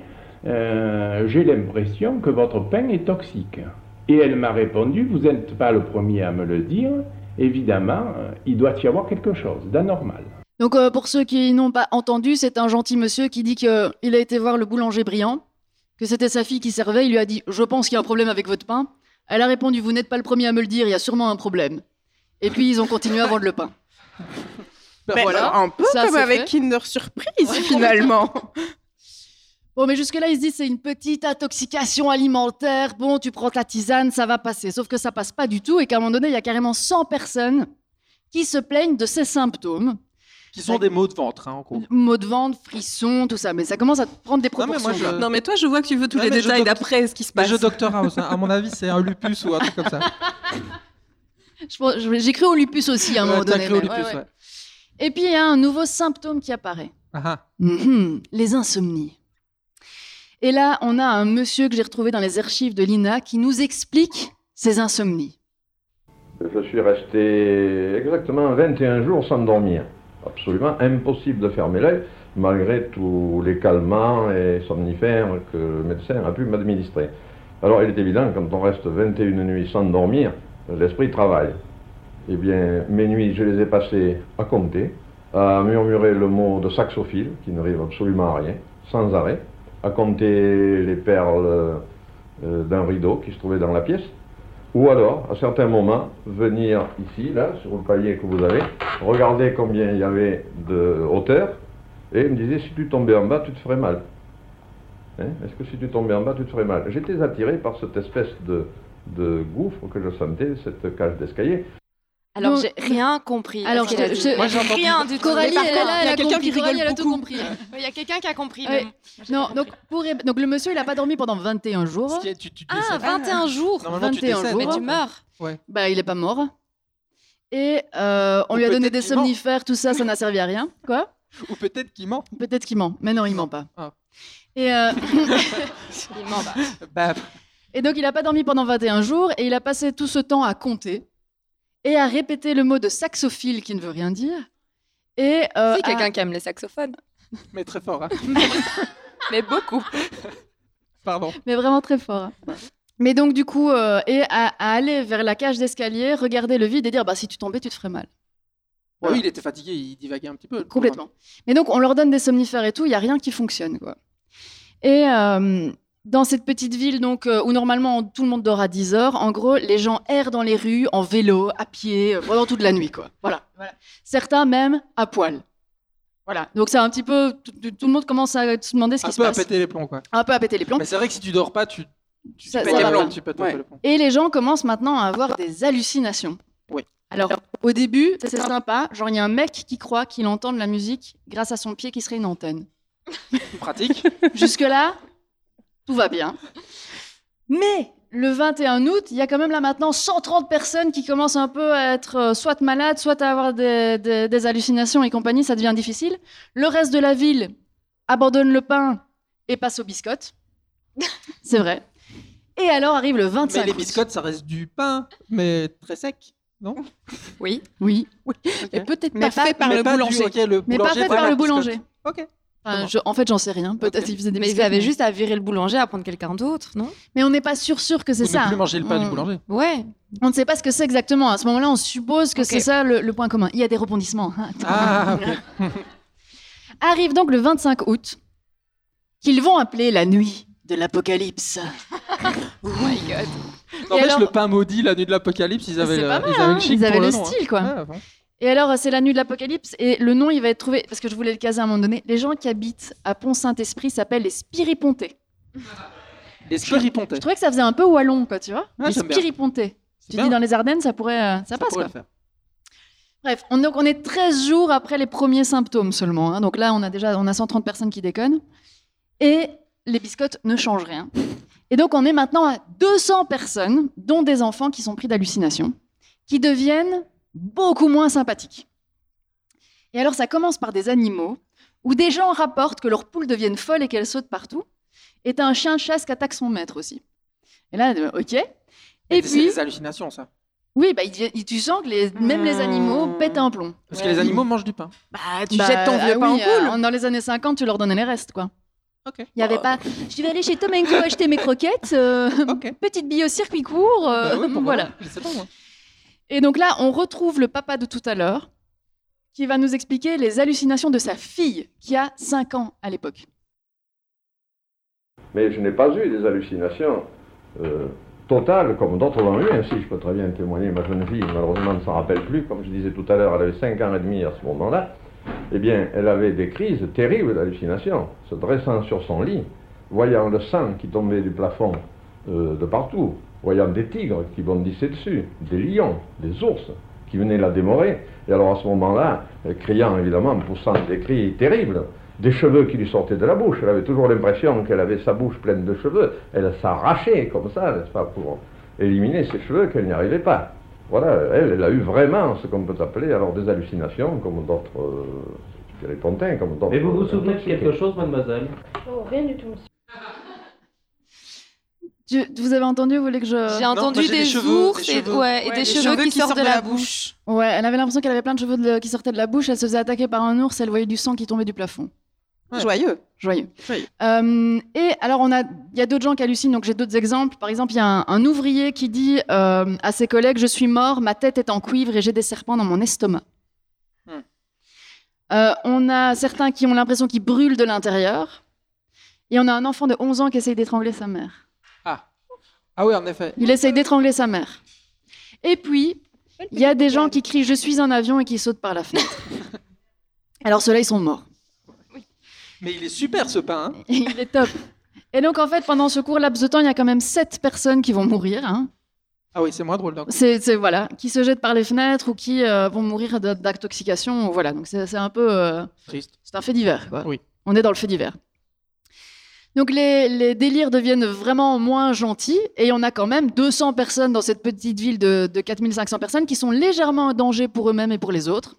G: euh, J'ai l'impression que votre pain est toxique. Et elle m'a répondu Vous n'êtes pas le premier à me le dire. Évidemment, euh, il doit y avoir quelque chose d'anormal.
B: Donc, euh, pour ceux qui n'ont pas entendu, c'est un gentil monsieur qui dit qu'il a été voir le boulanger brillant, que c'était sa fille qui servait. Il lui a dit Je pense qu'il y a un problème avec votre pain. Elle a répondu Vous n'êtes pas le premier à me le dire, il y a sûrement un problème. Et puis, ils ont continué à vendre le pain.
D: Ben,
B: voilà.
D: Un peu
B: Ça,
D: comme
B: c'est
D: avec
B: fait.
D: Kinder Surprise, finalement.
B: Bon, mais jusque-là, ils se disent c'est une petite intoxication alimentaire. Bon, tu prends ta tisane, ça va passer. Sauf que ça passe pas du tout et qu'à un moment donné, il y a carrément 100 personnes qui se plaignent de ces symptômes.
C: Qui sont des maux de ventre, hein, en gros.
B: Maux de ventre, frissons, tout ça. Mais ça commence à prendre des
C: Non, mais
B: proportions.
C: moi, je-
B: quoi.
D: Non, mais toi, je vois que tu veux tous
C: Ouais,
D: les
C: mais je
D: détails
C: doc-
D: d'après ce qui se
C: Mais
D: passe.
C: je Doctor House, hein. à mon avis, c'est un lupus ou un
B: <laughs>
C: truc comme ça.
B: Je pense- je- J'ai cru au lupus aussi à un
C: Ouais,
B: moment
C: t'as
B: donné.
C: cru au
B: mais-
C: Euh, lupus,
B: ouais, ouais.
C: ouais.
B: Et puis, il y a un nouveau symptôme qui apparaît.
C: Ah, ah.
B: Mhm, les insomnies. Et là, on a un monsieur que j'ai retrouvé dans les archives de l'INA qui nous explique ses insomnies.
H: Je suis resté exactement 21 jours sans dormir. Absolument impossible de fermer l'œil, malgré tous les calmants et somnifères que le médecin a pu m'administrer. Alors il est évident, quand on reste 21 nuits sans dormir, l'esprit travaille. Eh bien, mes nuits, je les ai passées à compter, à murmurer le mot de saxophile, qui ne rive absolument à rien, sans arrêt, à compter les perles euh, d'un rideau qui se trouvait dans la pièce, ou alors, à certains moments, venir ici, là, sur le palier que vous avez, regarder combien il y avait de hauteur, et il me disait, si tu tombais en bas, tu te ferais mal. Hein, Est-ce que si tu tombais en bas, tu te ferais mal J'étais attiré par cette espèce de, de gouffre que je sentais, cette cage d'escalier.
E: Alors,
B: Non.
E: j'ai rien compris. à
B: Alors,
E: ce qu'elle
B: je-
E: a dit.
B: je- Moi,
C: j'ai entendu-
E: rien du tout.
B: Coralie,
E: Mais par
B: elle est
E: contre,
B: là,
D: il y
B: elle
D: a
B: a
D: quelqu'un
B: compris,
D: qui rigole
B: Coralie, elle a tout
D: beaucoup.
B: compris.
E: Il y a quelqu'un qui a compris.
B: Ouais.
E: mais-
B: <laughs> Non, donc, pour, donc le monsieur, il n'a pas dormi pendant 21 jours.
C: Ce qui est- tu- tu
E: Ah,
C: décèdes.
E: 21 jours
C: Normalement, tu
B: 21
C: décèdes.
B: jours.
E: Mais tu meurs.
B: Bah, il n'est pas mort. Et euh, on lui a
C: Ou
B: donné
C: peut-être
B: des
C: qu'il ment.
B: somnifères, tout ça, ça n'a servi à rien. Quoi
C: Ou peut-être qu'il ment.
B: Peut-être qu'il ment. Mais non, il ment pas.
C: Ah.
B: Et, euh,
E: Il ment, bah.
C: Bah,
B: et donc, il n'a pas dormi pendant 21 jours et il a passé tout ce temps à compter et à répéter le mot de saxophile qui ne veut rien dire. Et euh,
E: Si,
B: à-
E: quelqu'un qui aime les saxophones.
C: mais très fort,
B: <laughs>
C: hein.
E: Mais beaucoup.
C: Pardon.
B: mais vraiment très fort. hein. Mais donc, du coup, euh, et à, à aller vers la cage d'escalier, regarder le vide et dire bah, si tu tombais, tu te ferais mal.
C: Bah oui, il était fatigué, il divaguait un petit peu.
B: Complètement. Mais donc, on leur donne des somnifères et tout, il n'y a rien qui fonctionne. Quoi. Et euh, dans cette petite ville donc, euh, où normalement on- tout le monde dort à 10 heures, en gros, les gens errent dans les rues, en vélo, à pied, euh, pendant toute la nuit. Quoi. Voilà. voilà. Certains même à poil. Voilà. Donc, c'est un petit peu. tout- Tout tout le monde commence à se demander ce
C: Un
B: qui se
C: peu à
B: passe.
C: péter les plombs, quoi.
B: Un peu à péter les plombs.
C: Mais c'est vrai que si tu dors pas, tu, tu
B: Ça-
C: pètes
B: ça
C: les
B: va
C: plombs,
B: pas.
C: tu pètes un
D: Ouais.
C: peu les plombs.
B: Et les gens commencent maintenant à avoir des hallucinations.
C: Oui.
B: Alors, au début, ça, c'est sympa. Genre, il y a un mec qui croit qu'il entend de la musique grâce à son pied qui serait une antenne.
C: Pratique.
B: Jusque-là, tout va bien. Mais le 21 août, il y a quand même là maintenant 130 personnes qui commencent un peu à être euh, soit malades, soit à avoir des, des- des hallucinations et compagnie, ça devient difficile. Le reste de la ville abandonne le pain et passe aux biscottes. <laughs> C'est vrai. Et alors arrive le 25
C: Mais les
B: août.
C: biscottes, ça reste du pain, mais très sec.
E: Oui.
B: Oui.
C: Ok.
B: Et peut-être
D: Mais
B: pas,
D: fait par
C: Mais
D: le
C: pas du-
D: boulanger.
C: ok, le
B: mais pas
C: boulanger,
B: fait
C: pas
B: par
C: la
B: le
C: biscotte.
B: boulanger.
D: Ok.
B: Enfin,
D: Comment
B: je- en fait, j'en sais rien. Peut-être
D: Ok.
B: qu'ils faisaient des
E: Mais ils
B: biscottes,
E: avaient juste à virer le boulanger, à prendre quelqu'un d'autre, non
B: Mais on n'est pas sûr sûr que c'est
C: Vous ne
B: ça. hein. Mm. Mmh.
C: plus manger le pain du
B: On-
C: boulanger.
E: Ouais.
B: On ne sait pas ce que c'est exactement. À ce moment-là, on suppose que
E: Ok.
B: c'est ça le, le point commun. Il y a des rebondissements. <laughs>
C: Ah, ok.
B: Arrive donc le 25 août, qu'ils vont appeler la nuit de l'apocalypse.
E: Oh my god.
C: N'empêche,
B: alors-
C: le pain maudit, la nuit de l'apocalypse, ils avaient,
B: C'est
C: le-
B: pas mal,
C: ils avaient
B: hein.
C: le chic
B: Ils avaient
C: pour
B: le
C: nom, hein.
B: style, quoi.
C: Ouais, bon.
B: Et alors, c'est la nuit de l'apocalypse, et le nom, il va être trouvé, parce que je voulais le caser à un moment donné. Les gens qui habitent à Pont-Saint-Esprit s'appellent les Spiripontés.
C: Les spiripontais.
B: Je trouvais que ça faisait un peu wallon, quoi, tu vois
C: Ouais,
B: Les
C: Ah, j'aime bien.
B: Spiripontés. Tu dis dans les Ardennes, ça pourrait. euh, Ça, passe, quoi.
C: pourrait le faire.
B: Bref, on, donc on est 13 jours après les premiers symptômes seulement. hein. Donc là, on a déjà on a 130 personnes qui déconnent. Et les biscottes ne changent rien. Et donc, on est maintenant à 200 personnes, dont des enfants qui sont pris d'hallucinations, qui deviennent beaucoup moins sympathiques. Et alors, ça commence par des animaux, où des gens rapportent que leurs poules deviennent folles et qu'elles sautent partout. Et t'as un chien de chasse qui attaque son maître aussi. Et là, euh, ok. Et
C: Bah, C'est
B: puis,
C: des hallucinations, ça.
B: oui, bah, il devient- il- tu sens que les- même les animaux
C: Mmh.
B: pètent un plomb.
C: Parce que les animaux mangent du pain.
B: Bah,
D: tu jettes ton vieux
B: ah
D: pain
B: oui,
D: en poule.
B: euh, dans les années 50, tu leur donnais les restes, quoi.
C: Ok.
B: Il n'y avait pas. Je vais aller chez Tom Co acheter mes croquettes. euh,
C: <laughs> Ok.
B: Petite bille au circuit court. euh,
C: Bah ouais, pourquoi
B: voilà.
C: pas, Je sais pas, moi.
B: Et donc là, on retrouve le papa de tout à l'heure, qui va nous expliquer les hallucinations de sa fille, qui a 5 ans à l'époque.
H: Mais je n'ai pas eu des hallucinations euh, totales comme d'autres l'ont eu. Ainsi, je peux très bien témoigner, ma jeune fille, malheureusement, ne s'en rappelle plus. Comme je disais tout à l'heure, elle avait 5 ans et demi à ce moment-là. Eh bien, elle avait des crises terribles d'hallucinations, se dressant sur son lit, voyant le sang qui tombait du plafond euh, de partout, voyant des tigres qui bondissaient dessus, des lions, des ours qui venaient la dévorer. Et alors, à ce moment-là, euh, criant évidemment, poussant des cris terribles, des cheveux qui lui sortaient de la bouche. Elle avait toujours l'impression qu'elle avait sa bouche pleine de cheveux. Elle s'arrachait comme ça, n'est-ce pas, pour éliminer ses cheveux qu'elle n'y arrivait pas. Voilà, elle, elle a eu vraiment ce qu'on peut appeler alors des hallucinations, comme d'autres euh, je dirais pontins, comme d'autres. euh,
I: Mais vous vous souvenez de quelque chose, mademoiselle
J: Oh, rien du tout, monsieur.
B: Tu- vous avez entendu, vous voulez que je.
E: J'ai entendu
C: Euh, j'ai
E: des,
C: des cheveux,
E: ours
C: des
E: et,
C: cheveux.
E: ouais, et des cheveux, qui, sortent, de la bouche.
B: Ouais, elle avait l'impression qu'elle avait plein de cheveux de- qui sortaient de la bouche, elle se faisait attaquer par un ours, elle voyait du sang qui tombait du plafond.
C: Ouais.
D: Joyeux.
B: Joyeux.
D: Joyeux.
B: Euh, et alors, on a- il y a d'autres gens qui hallucinent, donc j'ai d'autres exemples. Par exemple, il y a un, un ouvrier qui dit euh, à ses collègues Je suis mort, ma tête est en cuivre et j'ai des serpents dans mon estomac.
C: Hmm.
B: Euh, on a certains qui ont l'impression qu'ils brûlent de l'intérieur. Et on a un enfant de 11 ans qui essaye d'étrangler sa mère.
C: Ah oui, en effet.
B: Il essaye d'étrangler sa mère. Et puis, il y a des gens qui crient Je suis un avion et qui sautent par la fenêtre. alors, ceux-là, ils sont morts.
C: Mais il est super ce pain. hein.
B: <laughs> Et il est top. Et donc, en fait, pendant ce court laps de temps, il y a quand même sept personnes qui vont mourir. hein.
C: Ah oui, c'est moins drôle. donc.
B: C'est, c'est- voilà, qui se jettent par les fenêtres ou qui euh, vont mourir de- d'intoxication. Voilà, donc c'est, c'est un peu, euh,
C: Triste.
B: c'est un fait divers. quoi.
C: Oui.
B: On est dans le fait divers. Donc les, les délires deviennent vraiment moins gentils et on a quand même 200 personnes dans cette petite ville de, de 4500 personnes qui sont légèrement en danger pour eux-mêmes et pour les autres.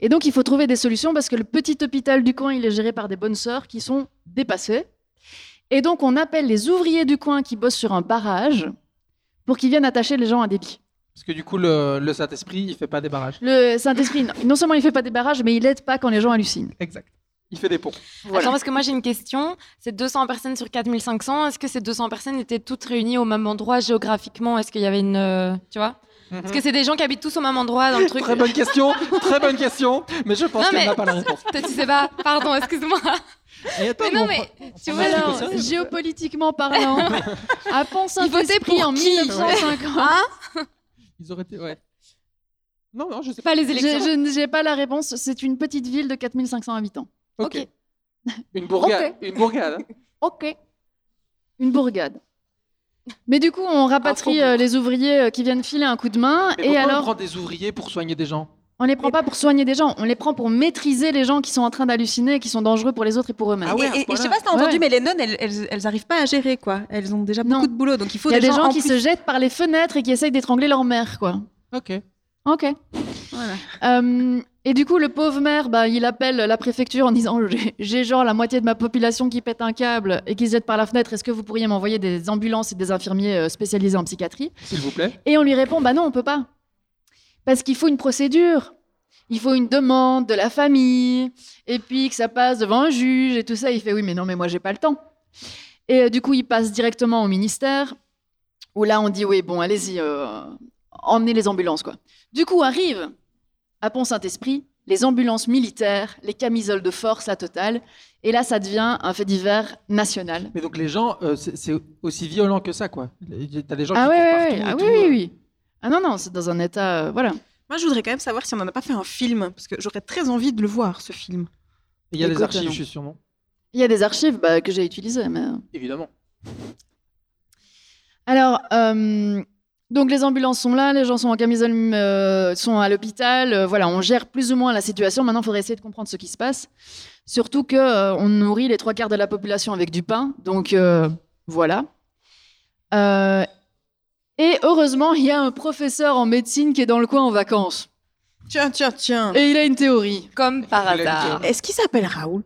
B: Et donc il faut trouver des solutions parce que le petit hôpital du coin, il est géré par des bonnes sœurs qui sont dépassées. Et donc on appelle les ouvriers du coin qui bossent sur un barrage pour qu'ils viennent attacher les gens à des billes.
C: Parce que du coup, le, le Saint-Esprit, il fait pas des barrages.
B: Le Saint-Esprit, non, non seulement il fait pas des barrages, mais il aide pas quand les gens hallucinent.
C: Exact. Il fait des ponts.
E: Attends, parce que moi j'ai une question. C'est 200 personnes sur 4500. Est-ce que ces 200 personnes étaient toutes réunies au même endroit géographiquement Est-ce qu'il y avait une. euh, Tu vois Est-ce que c'est des gens qui habitent tous au même endroit dans le truc
C: Mhm. Très bonne question, très bonne question, mais je pense
E: Non,
C: qu'elle
E: mais-
C: n'a pas la réponse.
E: Toi, tu sais pas. Pardon, excuse-moi.
C: Et attends,
E: Mais non,
C: mon
E: mais tu
C: on
E: vois,
C: prend un
E: non.
C: truc au sérieux.
B: Géopolitiquement parlant, à
E: Ils votaient
B: Pont-Saint-Esprit
E: pour
B: en
E: qui
B: 1950.
E: Hein
C: Ils auraient été. Ouais. Non, non, je sais
E: C'est
C: pas.
E: <laughs> pas les élections.
B: Je n'ai pas la réponse. C'est une petite ville de 4500 habitants.
C: Ok.
E: Ok.
C: Une bourgade. Une bourgade. hein.
B: Ok. Une bourgade. Mais du coup, on rapatrie
E: Un faubourg.
B: euh, les ouvriers euh, qui viennent filer un coup de main.
C: Mais
B: et
C: pourquoi on
B: alors,
C: prend des ouvriers pour soigner des gens
B: on les prend pas pour soigner des gens. On les prend pour maîtriser les gens qui sont en train d'halluciner et qui sont dangereux pour les autres et pour eux-mêmes.
C: Ah ouais,
D: et,
C: à ce
D: et- et je sais
C: point-là.
D: pas si t'as entendu,
B: Ouais.
D: mais les nonnes, elles, elles, elles arrivent pas à gérer, quoi. Elles ont déjà
B: Non.
D: beaucoup de boulot, donc il faut
B: Il y a des gens
D: en
B: qui
D: plus.
B: se jettent par les fenêtres et qui essayent d'étrangler leur mère, quoi.
C: Ok.
B: Ok.
D: Voilà.
B: Euh, et du coup, le pauvre maire, bah, il appelle la préfecture en disant <laughs> J'ai- J'ai genre la moitié de ma population qui pète un câble et qui se jette par la fenêtre. Est-ce que vous pourriez m'envoyer des ambulances et des infirmiers euh, spécialisés en psychiatrie
C: S'il vous plaît.
B: Et on lui répond Bah non, on peut pas. Parce qu'il faut une procédure. il faut une demande de la famille, et puis que ça passe devant un juge et tout ça. Il fait oui, mais non, mais moi j'ai pas le temps. Et euh, du coup, il passe directement au ministère, où là on dit oui, bon, allez-y, euh, emmenez les ambulances quoi. Du coup, arrive à Pont-Saint-Esprit les ambulances militaires, les camisoles de force, la totale, et là ça devient un fait divers national.
C: Mais donc les gens, euh, c'est c'est aussi violent que ça, quoi. Les- T'as des gens
B: Ah
C: qui
B: ouais,
C: courent
B: ouais,
C: partout
B: ouais.
C: et
B: ah
C: tout,
B: oui, oui,
C: euh.
B: oui. Ah non, non, c'est dans un état, euh, voilà.
D: Moi, je voudrais quand même savoir si on n'en a pas fait un film, parce que j'aurais très envie de le voir, ce film.
C: euh, Il y a des
B: Écoute,
C: archives,
B: non.
C: je suis sûrement.
B: Il y a des archives bah, que j'ai utilisées, mais.
C: Évidemment.
B: Alors, euh, donc les ambulances sont là, les gens sont en camisole, euh, sont à l'hôpital. euh, voilà, on gère plus ou moins la situation. Maintenant, il faudrait essayer de comprendre ce qui se passe. Surtout que euh, on nourrit les trois quarts de la population avec du pain. Donc euh, voilà. Euh, et heureusement, il y a un professeur en médecine qui est dans le coin en vacances.
D: Tiens, tiens, tiens.
B: Et il a une théorie.
E: Comme par
C: Il a une
E: hasard.
D: Est-ce qu'il s'appelle Raoult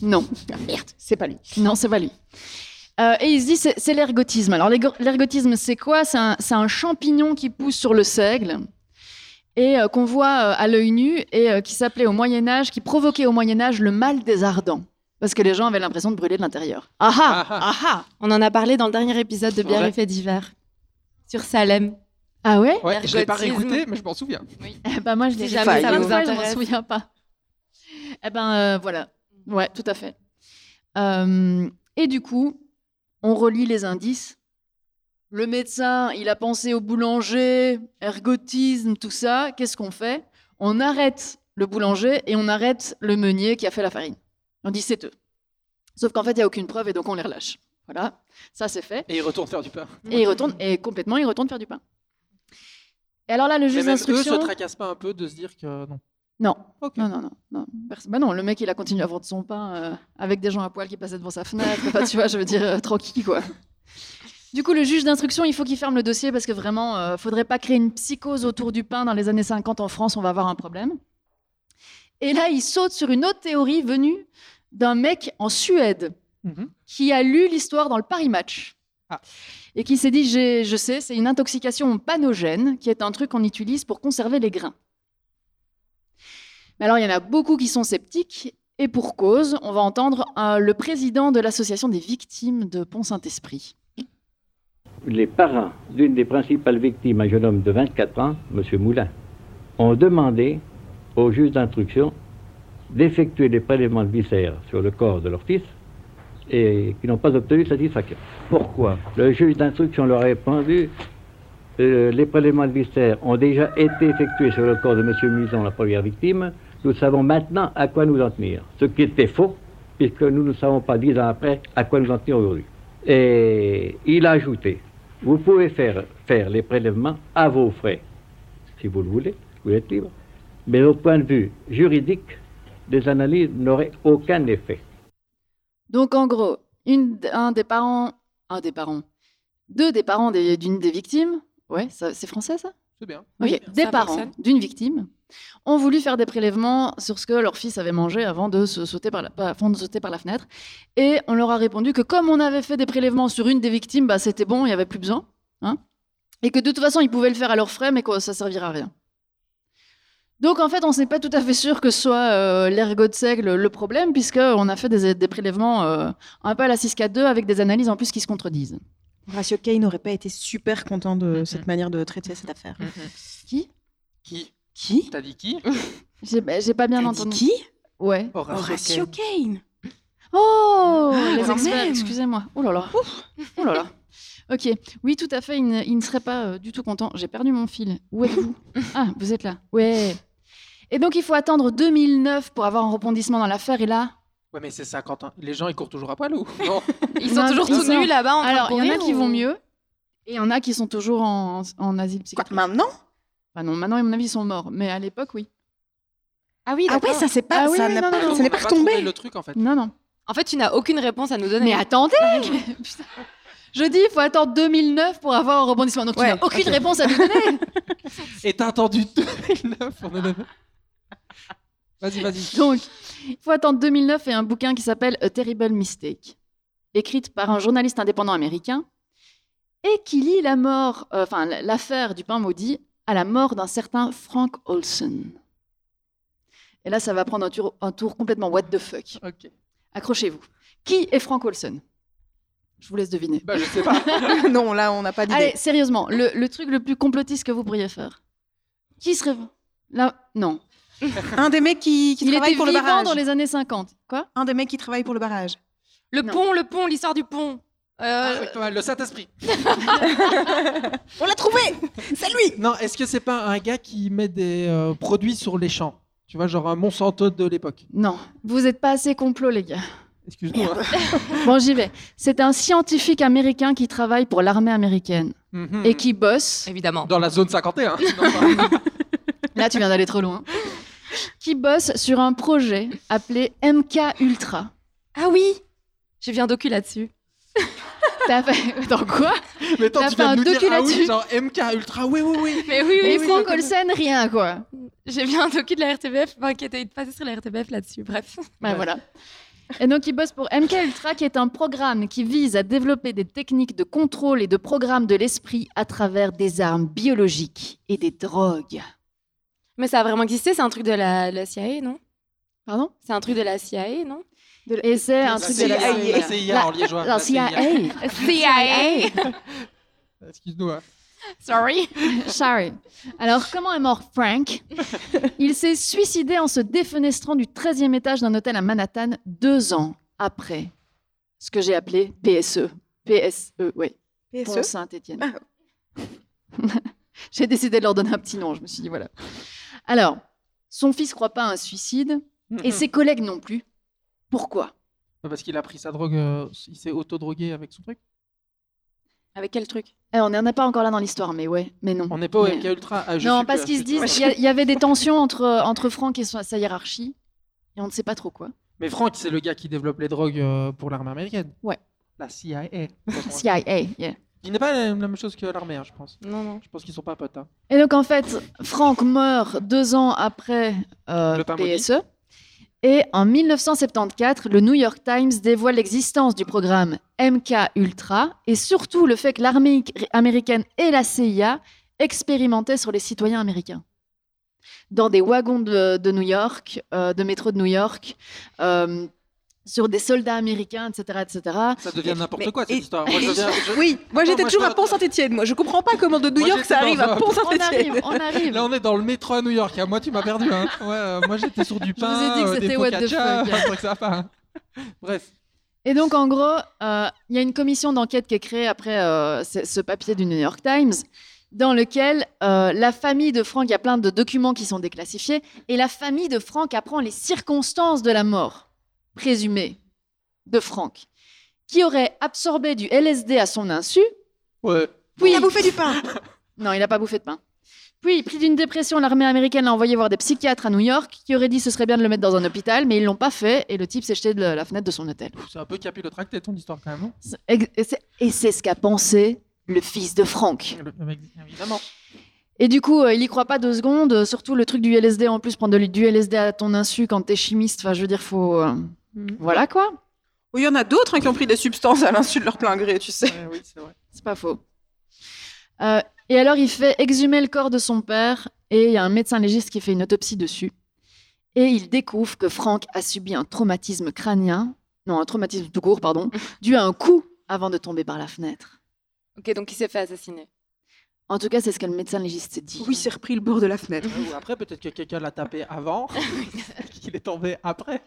B: Non.
D: Ah, Merde, c'est pas lui.
B: Non, c'est pas lui. Euh, et il se dit, c'est c'est l'ergotisme. Alors, l'ergo- l'ergotisme, c'est quoi C'est un, c'est un champignon qui pousse sur le seigle et euh, qu'on voit euh, à l'œil nu et euh, qui s'appelait au Moyen-Âge, qui provoquait au Moyen-Âge le mal des ardents. Parce que les gens avaient l'impression de brûler de l'intérieur.
D: Ah ah,
C: Ah, ah.
D: ah ah.
E: On en a parlé dans le dernier épisode de Bière
C: Ouais.
E: et Faits divers sur Salem.
B: Ah ouais
C: Ouais, je l'ai pas
E: Ergotisme.
C: réécouté, mais je m'en souviens.
B: Eh ben, moi, je
E: Si
B: l'ai jamais
E: jamais
D: ça
B: plein de
E: vous
B: fois, je m'en
E: intéresse.
B: souviens pas. Eh ben, euh, voilà. Ouais, tout à fait. Euh, et du coup, on relie les indices. Le médecin, il a pensé au boulanger, ergotisme, tout ça. Qu'est-ce qu'on fait On arrête le boulanger et on arrête le meunier qui a fait la farine. On dit c'est eux. Sauf qu'en fait, il n'y a aucune preuve et donc on les relâche. Voilà, ça c'est fait.
C: Et ils retournent faire du pain.
B: Et il retourne, et complètement, il retourne faire du pain. Et alors là, le
C: Mais
B: juge
C: même eux
B: d'instruction.
C: se tracassent pas un peu de se dire que non.
B: Non.
C: Ok.
B: Non, non, non. non. Perso- bah non, le mec, il a continué à vendre son pain euh, avec des gens à poil qui passaient devant sa fenêtre. Enfin, tu vois, je veux dire, euh, tranquille, quoi. Du coup, le juge d'instruction, il faut qu'il ferme le dossier parce que vraiment, euh, faudrait pas créer une psychose autour du pain dans les années 50 en France, on va avoir un problème. Et là, il saute sur une autre théorie venue d'un mec en Suède
C: Mhm.
B: qui a lu l'histoire dans le Paris Match.
C: Ah.
B: Et qui s'est dit, j'ai- je sais, c'est une intoxication panogène, qui est un truc qu'on utilise pour conserver les grains. Mais alors, il y en a beaucoup qui sont sceptiques, et pour cause, on va entendre euh, le président de l'association des victimes de Pont-Saint-Esprit.
J: Les parents d'une des principales victimes, un jeune homme de 24 ans, M. Moulin, ont demandé au juge d'instruction d'effectuer des prélèvements de viscères sur le corps de leur fils et qui n'ont pas obtenu de satisfaction. Pourquoi Le juge d'instruction leur a répondu euh, les prélèvements de viscères ont déjà été effectués sur le corps de M. Muson, la première victime. Nous savons maintenant à quoi nous en tenir. Ce qui était faux, puisque nous ne savons pas dix ans après à quoi nous en tenir aujourd'hui. Et il a ajouté vous pouvez faire, faire les prélèvements à vos frais, si vous le voulez, vous êtes libre. Mais au point de vue juridique, les analyses n'auraient aucun effet.
B: Donc, en gros, une, un des parents, un des parents, deux des parents des- d'une des victimes, ouais, ça- c'est français ça
C: C'est bien.
B: Ok, des
E: ça
B: parents
E: fonctionne.
B: d'une victime ont voulu faire des prélèvements sur ce que leur fils avait mangé avant de, se sauter par la, pas- avant de sauter par la fenêtre. Et on leur a répondu que comme on avait fait des prélèvements sur une des victimes, bah, c'était bon, il n'y avait plus besoin. hein. et que de toute façon, ils pouvaient le faire à leurs frais, mais que ça servira à rien. Donc en fait, on n'est pas tout à fait sûr que ce soit euh, l'ergot de seigle le problème, puisqu'on a fait des, des prélèvements euh, un peu à la 6K2 avec des analyses en plus qui se contredisent.
D: Horatio Kane n'aurait pas été super content de cette manière de traiter cette affaire.
B: Qui
C: Qui
D: Qui
C: T'as dit qui
B: J'ai bah, j'ai pas bien
D: T'as dit
B: entendu.
D: qui
B: Ouais.
D: Horatio Kane.
B: Oh,
D: Ah,
B: les
D: quand
B: experts,
D: même.
B: excusez-moi. Oh là là. Oh là là. <laughs> Ok, oui, tout à fait, il ne, il ne serait pas euh, du tout content. J'ai perdu mon fil. Où êtes-vous Ah, vous êtes là. Ouais. Et donc, il faut attendre 2009 pour avoir un rebondissement dans l'affaire. Et là,
C: Ouais, mais c'est ça, Quentin. Les gens, ils courent toujours à poil ou Non.
E: Ils sont
B: Non,
E: toujours
B: ils
E: tout
B: sont-
E: nus là-bas. en train
B: alors,
E: de
B: il y en a
E: courir
B: qui
E: ou-
B: vont mieux et il y en a qui sont toujours en, en asile psychiatrique.
D: Maintenant
B: Enfin, non, maintenant, à mon avis, ils sont morts. Mais à l'époque, oui.
E: Ah oui,
D: Ah ouais,
E: d'accord.
D: ça c'est pas,
B: Ah oui,
D: ça
B: oui,
D: n'a
B: non,
D: pas-
B: non, non,
D: ça n'est
C: On
D: pas
C: a trouvé
D: retombé.
C: le truc, en fait.
B: Non, non.
E: En fait, tu n'as aucune réponse à nous donner.
B: Mais attendez <laughs> Putain. Je dis, il faut attendre 2009 pour avoir un rebondissement. Donc,
D: Ouais,
B: tu n'as aucune réponse à nous donner.
C: Et t'as entendu <laughs> 2009 on en avait- Vas-y, vas-y.
B: Donc, il faut attendre 2009 et un bouquin qui s'appelle A Terrible Mistake, écrite par un journaliste indépendant américain, et qui lie la mort, euh, enfin l- l'affaire du pain maudit à la mort d'un certain Frank Olson. Et là, ça va prendre un tour, un tour complètement what the fuck. Accrochez-vous. Qui est Frank Olson Je vous laisse deviner.
C: Bah, je sais pas.
D: <laughs> non, là, on n'a pas d'idée.
B: Allez, sérieusement, le, le truc le plus complotiste que vous pourriez faire. Qui serait là Non.
D: Un des mecs qui, qui
B: Il
D: travaille
B: était
D: pour le
B: vivant
D: barrage.
B: dans les années 50. Quoi
D: Un des mecs qui travaille pour le barrage.
E: Le
B: Non.
E: pont, le pont, l'histoire du pont. Euh,
B: <laughs>
C: le Saint-Esprit.
D: On l'a trouvé C'est lui
C: Non, est-ce que c'est pas un gars qui met des euh, produits sur les champs Tu vois, genre un Monsanto de l'époque.
B: Non. Vous n'êtes pas assez complot, les gars. <laughs>
C: Excuse-moi.
B: Bon, j'y vais. C'est un scientifique américain qui travaille pour l'armée américaine
E: Hmm.
C: Mhm.
B: et qui bosse.
E: Évidemment.
C: Dans la
B: <laughs>
C: zone 51. Non, pas-
B: Là, tu viens d'aller trop loin. Qui bosse sur un projet appelé MK Ultra.
E: Ah oui J'ai vu un docu là-dessus.
B: T'as fait <laughs> dans quoi
C: <laughs> Mais attends,
B: T'as
C: tu
B: fait
C: viens
B: un
C: de nous dire
B: docu
C: ah oui,
B: là-dessus
C: genre MK Ultra, oui, oui, oui.
E: Mais oui,
B: Et Frank Olsen, rien quoi.
E: J'ai vu un docu de la RTBF enfin, qui était passé sur la RTBF là-dessus. Bref.
B: Ben voilà. Et donc, il bosse pour MK Ultra, qui est un programme qui vise à développer des techniques de contrôle et de programme de l'esprit à travers des armes biologiques et des drogues.
E: Mais ça a vraiment existé, c'est un truc de la, la CIA, non
B: Pardon
E: C'est un truc de la CIA, non
B: Et c'est un
C: La
B: truc de la
C: CIA,
B: CIA.
C: la CIA en liégeois.
B: La
C: La
B: CIA.
E: CIA
C: Excuse-nous. hein.
E: <laughs> Sorry
B: Sorry. Alors, comment est mort Frank Il s'est suicidé en se défenestrant du 13e étage d'un hôtel à Manhattan deux ans après ce que j'ai appelé E. PSE. PSE, E, oui.
E: E?
B: Pont Saint-Étienne.
E: Ah.
B: <laughs> J'ai décidé de leur donner un petit nom. Je me suis dit voilà. Alors, son fils croit pas à un suicide et ses collègues non plus. Pourquoi
C: Parce qu'il a pris sa drogue, euh, il s'est autodrogué avec son truc.
E: Avec quel truc
B: Eh, On n'en est pas encore là dans l'histoire, mais ouais, mais non.
C: On n'est pas au
B: Mais-
C: MK Ultra. Ah, je
B: Mm. non,
C: suis
B: parce
C: que-
B: qu'ils se
C: je suis-
B: disent il y a- il y, avait des tensions entre entre Franck et son- sa hiérarchie et on ne sait pas trop quoi.
C: Mais Franck, c'est le gars qui développe les drogues euh, pour l'armée américaine.
B: Ouais.
C: La CIA.
B: CIA. yeah.
C: Il n'est pas la, la même chose que l'armée, hein, je pense.
E: Non, non.
C: Je pense qu'ils sont pas potes. hein.
B: Et donc en fait, Franck meurt deux ans après euh,
C: Le pain maudit.
B: PSE. Et en 1974, le New York Times dévoile l'existence du programme MK Ultra et surtout le fait que l'armée américaine et la CIA expérimentaient sur les citoyens américains. Dans des wagons de, de New York, euh, de métro de New York, euh, sur des soldats américains, etc. etc.
C: <laughs> Ça devient n'importe
D: mais-
C: quoi cette
D: et-
C: histoire. Moi, je deviens- je-
D: Oui, moi
C: Non,
D: j'étais
C: moi,
D: toujours
C: je-
D: à Pont-Saint-Etienne. Moi je comprends pas comment de New
C: Moi,
D: York
C: j'étais
D: ça arrive
C: dans
D: à
C: un-
B: On arrive,
D: Pont-Saint-Etienne.
B: on arrive.
C: Là, on est dans le métro à New York. hein. Moi, tu m'as perdu. hein. Ouais, euh, moi, j'étais sur du
B: Je vous
C: pain.
B: ai dit que
C: euh, des
B: c'était what the
C: focaccia,
B: fuck.
C: un truc sympa, hein. Bref.
B: Et donc, en gros, euh, il y a une commission d'enquête qui est créée après euh, ce, ce papier du New York Times, dans lequel euh, la famille de Franck, il y a plein de documents qui sont déclassifiés, et la famille de Franck apprend les circonstances de la mort présumée de Franck, qui aurait absorbé du LSD à son insu.
C: Ouais.
B: Puis,
D: Il a bouffé du pain.
B: non, il n'a pas bouffé de pain. Puis, pris d'une dépression, l'armée américaine l'a envoyé voir des psychiatres à New York, qui auraient dit ce serait bien de le mettre dans un hôpital, mais ils l'ont pas fait, et le type s'est jeté de la la fenêtre de son hôtel.
C: C'est un peu capillotracté ton histoire quand même, non
B: C'est- ex- Et c'est- et c'est ce qu'a pensé le fils de Franck.
C: Le- le mec dit, Évidemment.
B: Et du coup, euh, il y croit pas deux secondes. euh, Surtout le truc du LSD en plus, prendre de l- du LSD à ton insu quand t'es chimiste. Enfin, je veux dire, faut. euh, Voilà quoi.
D: Oui, il y en a d'autres hein, qui ont pris des substances à l'insu de leur plein gré, tu sais.
C: Ouais, oui, c'est vrai.
B: C'est pas faux. Euh, et alors, il fait exhumer le corps de son père et il y a un médecin légiste qui fait une autopsie dessus. Et il découvre que Franck a subi un traumatisme crânien, non, un traumatisme tout court, pardon, dû à un coup avant de tomber par la fenêtre.
E: Ok, donc il s'est fait assassiner.
B: En tout cas, c'est ce que le médecin légiste s'est dit.
D: Oui, c'est repris le bord de la fenêtre.
C: Ouais, ou après, peut-être que quelqu'un l'a tapé avant, <laughs> qu'il est tombé après.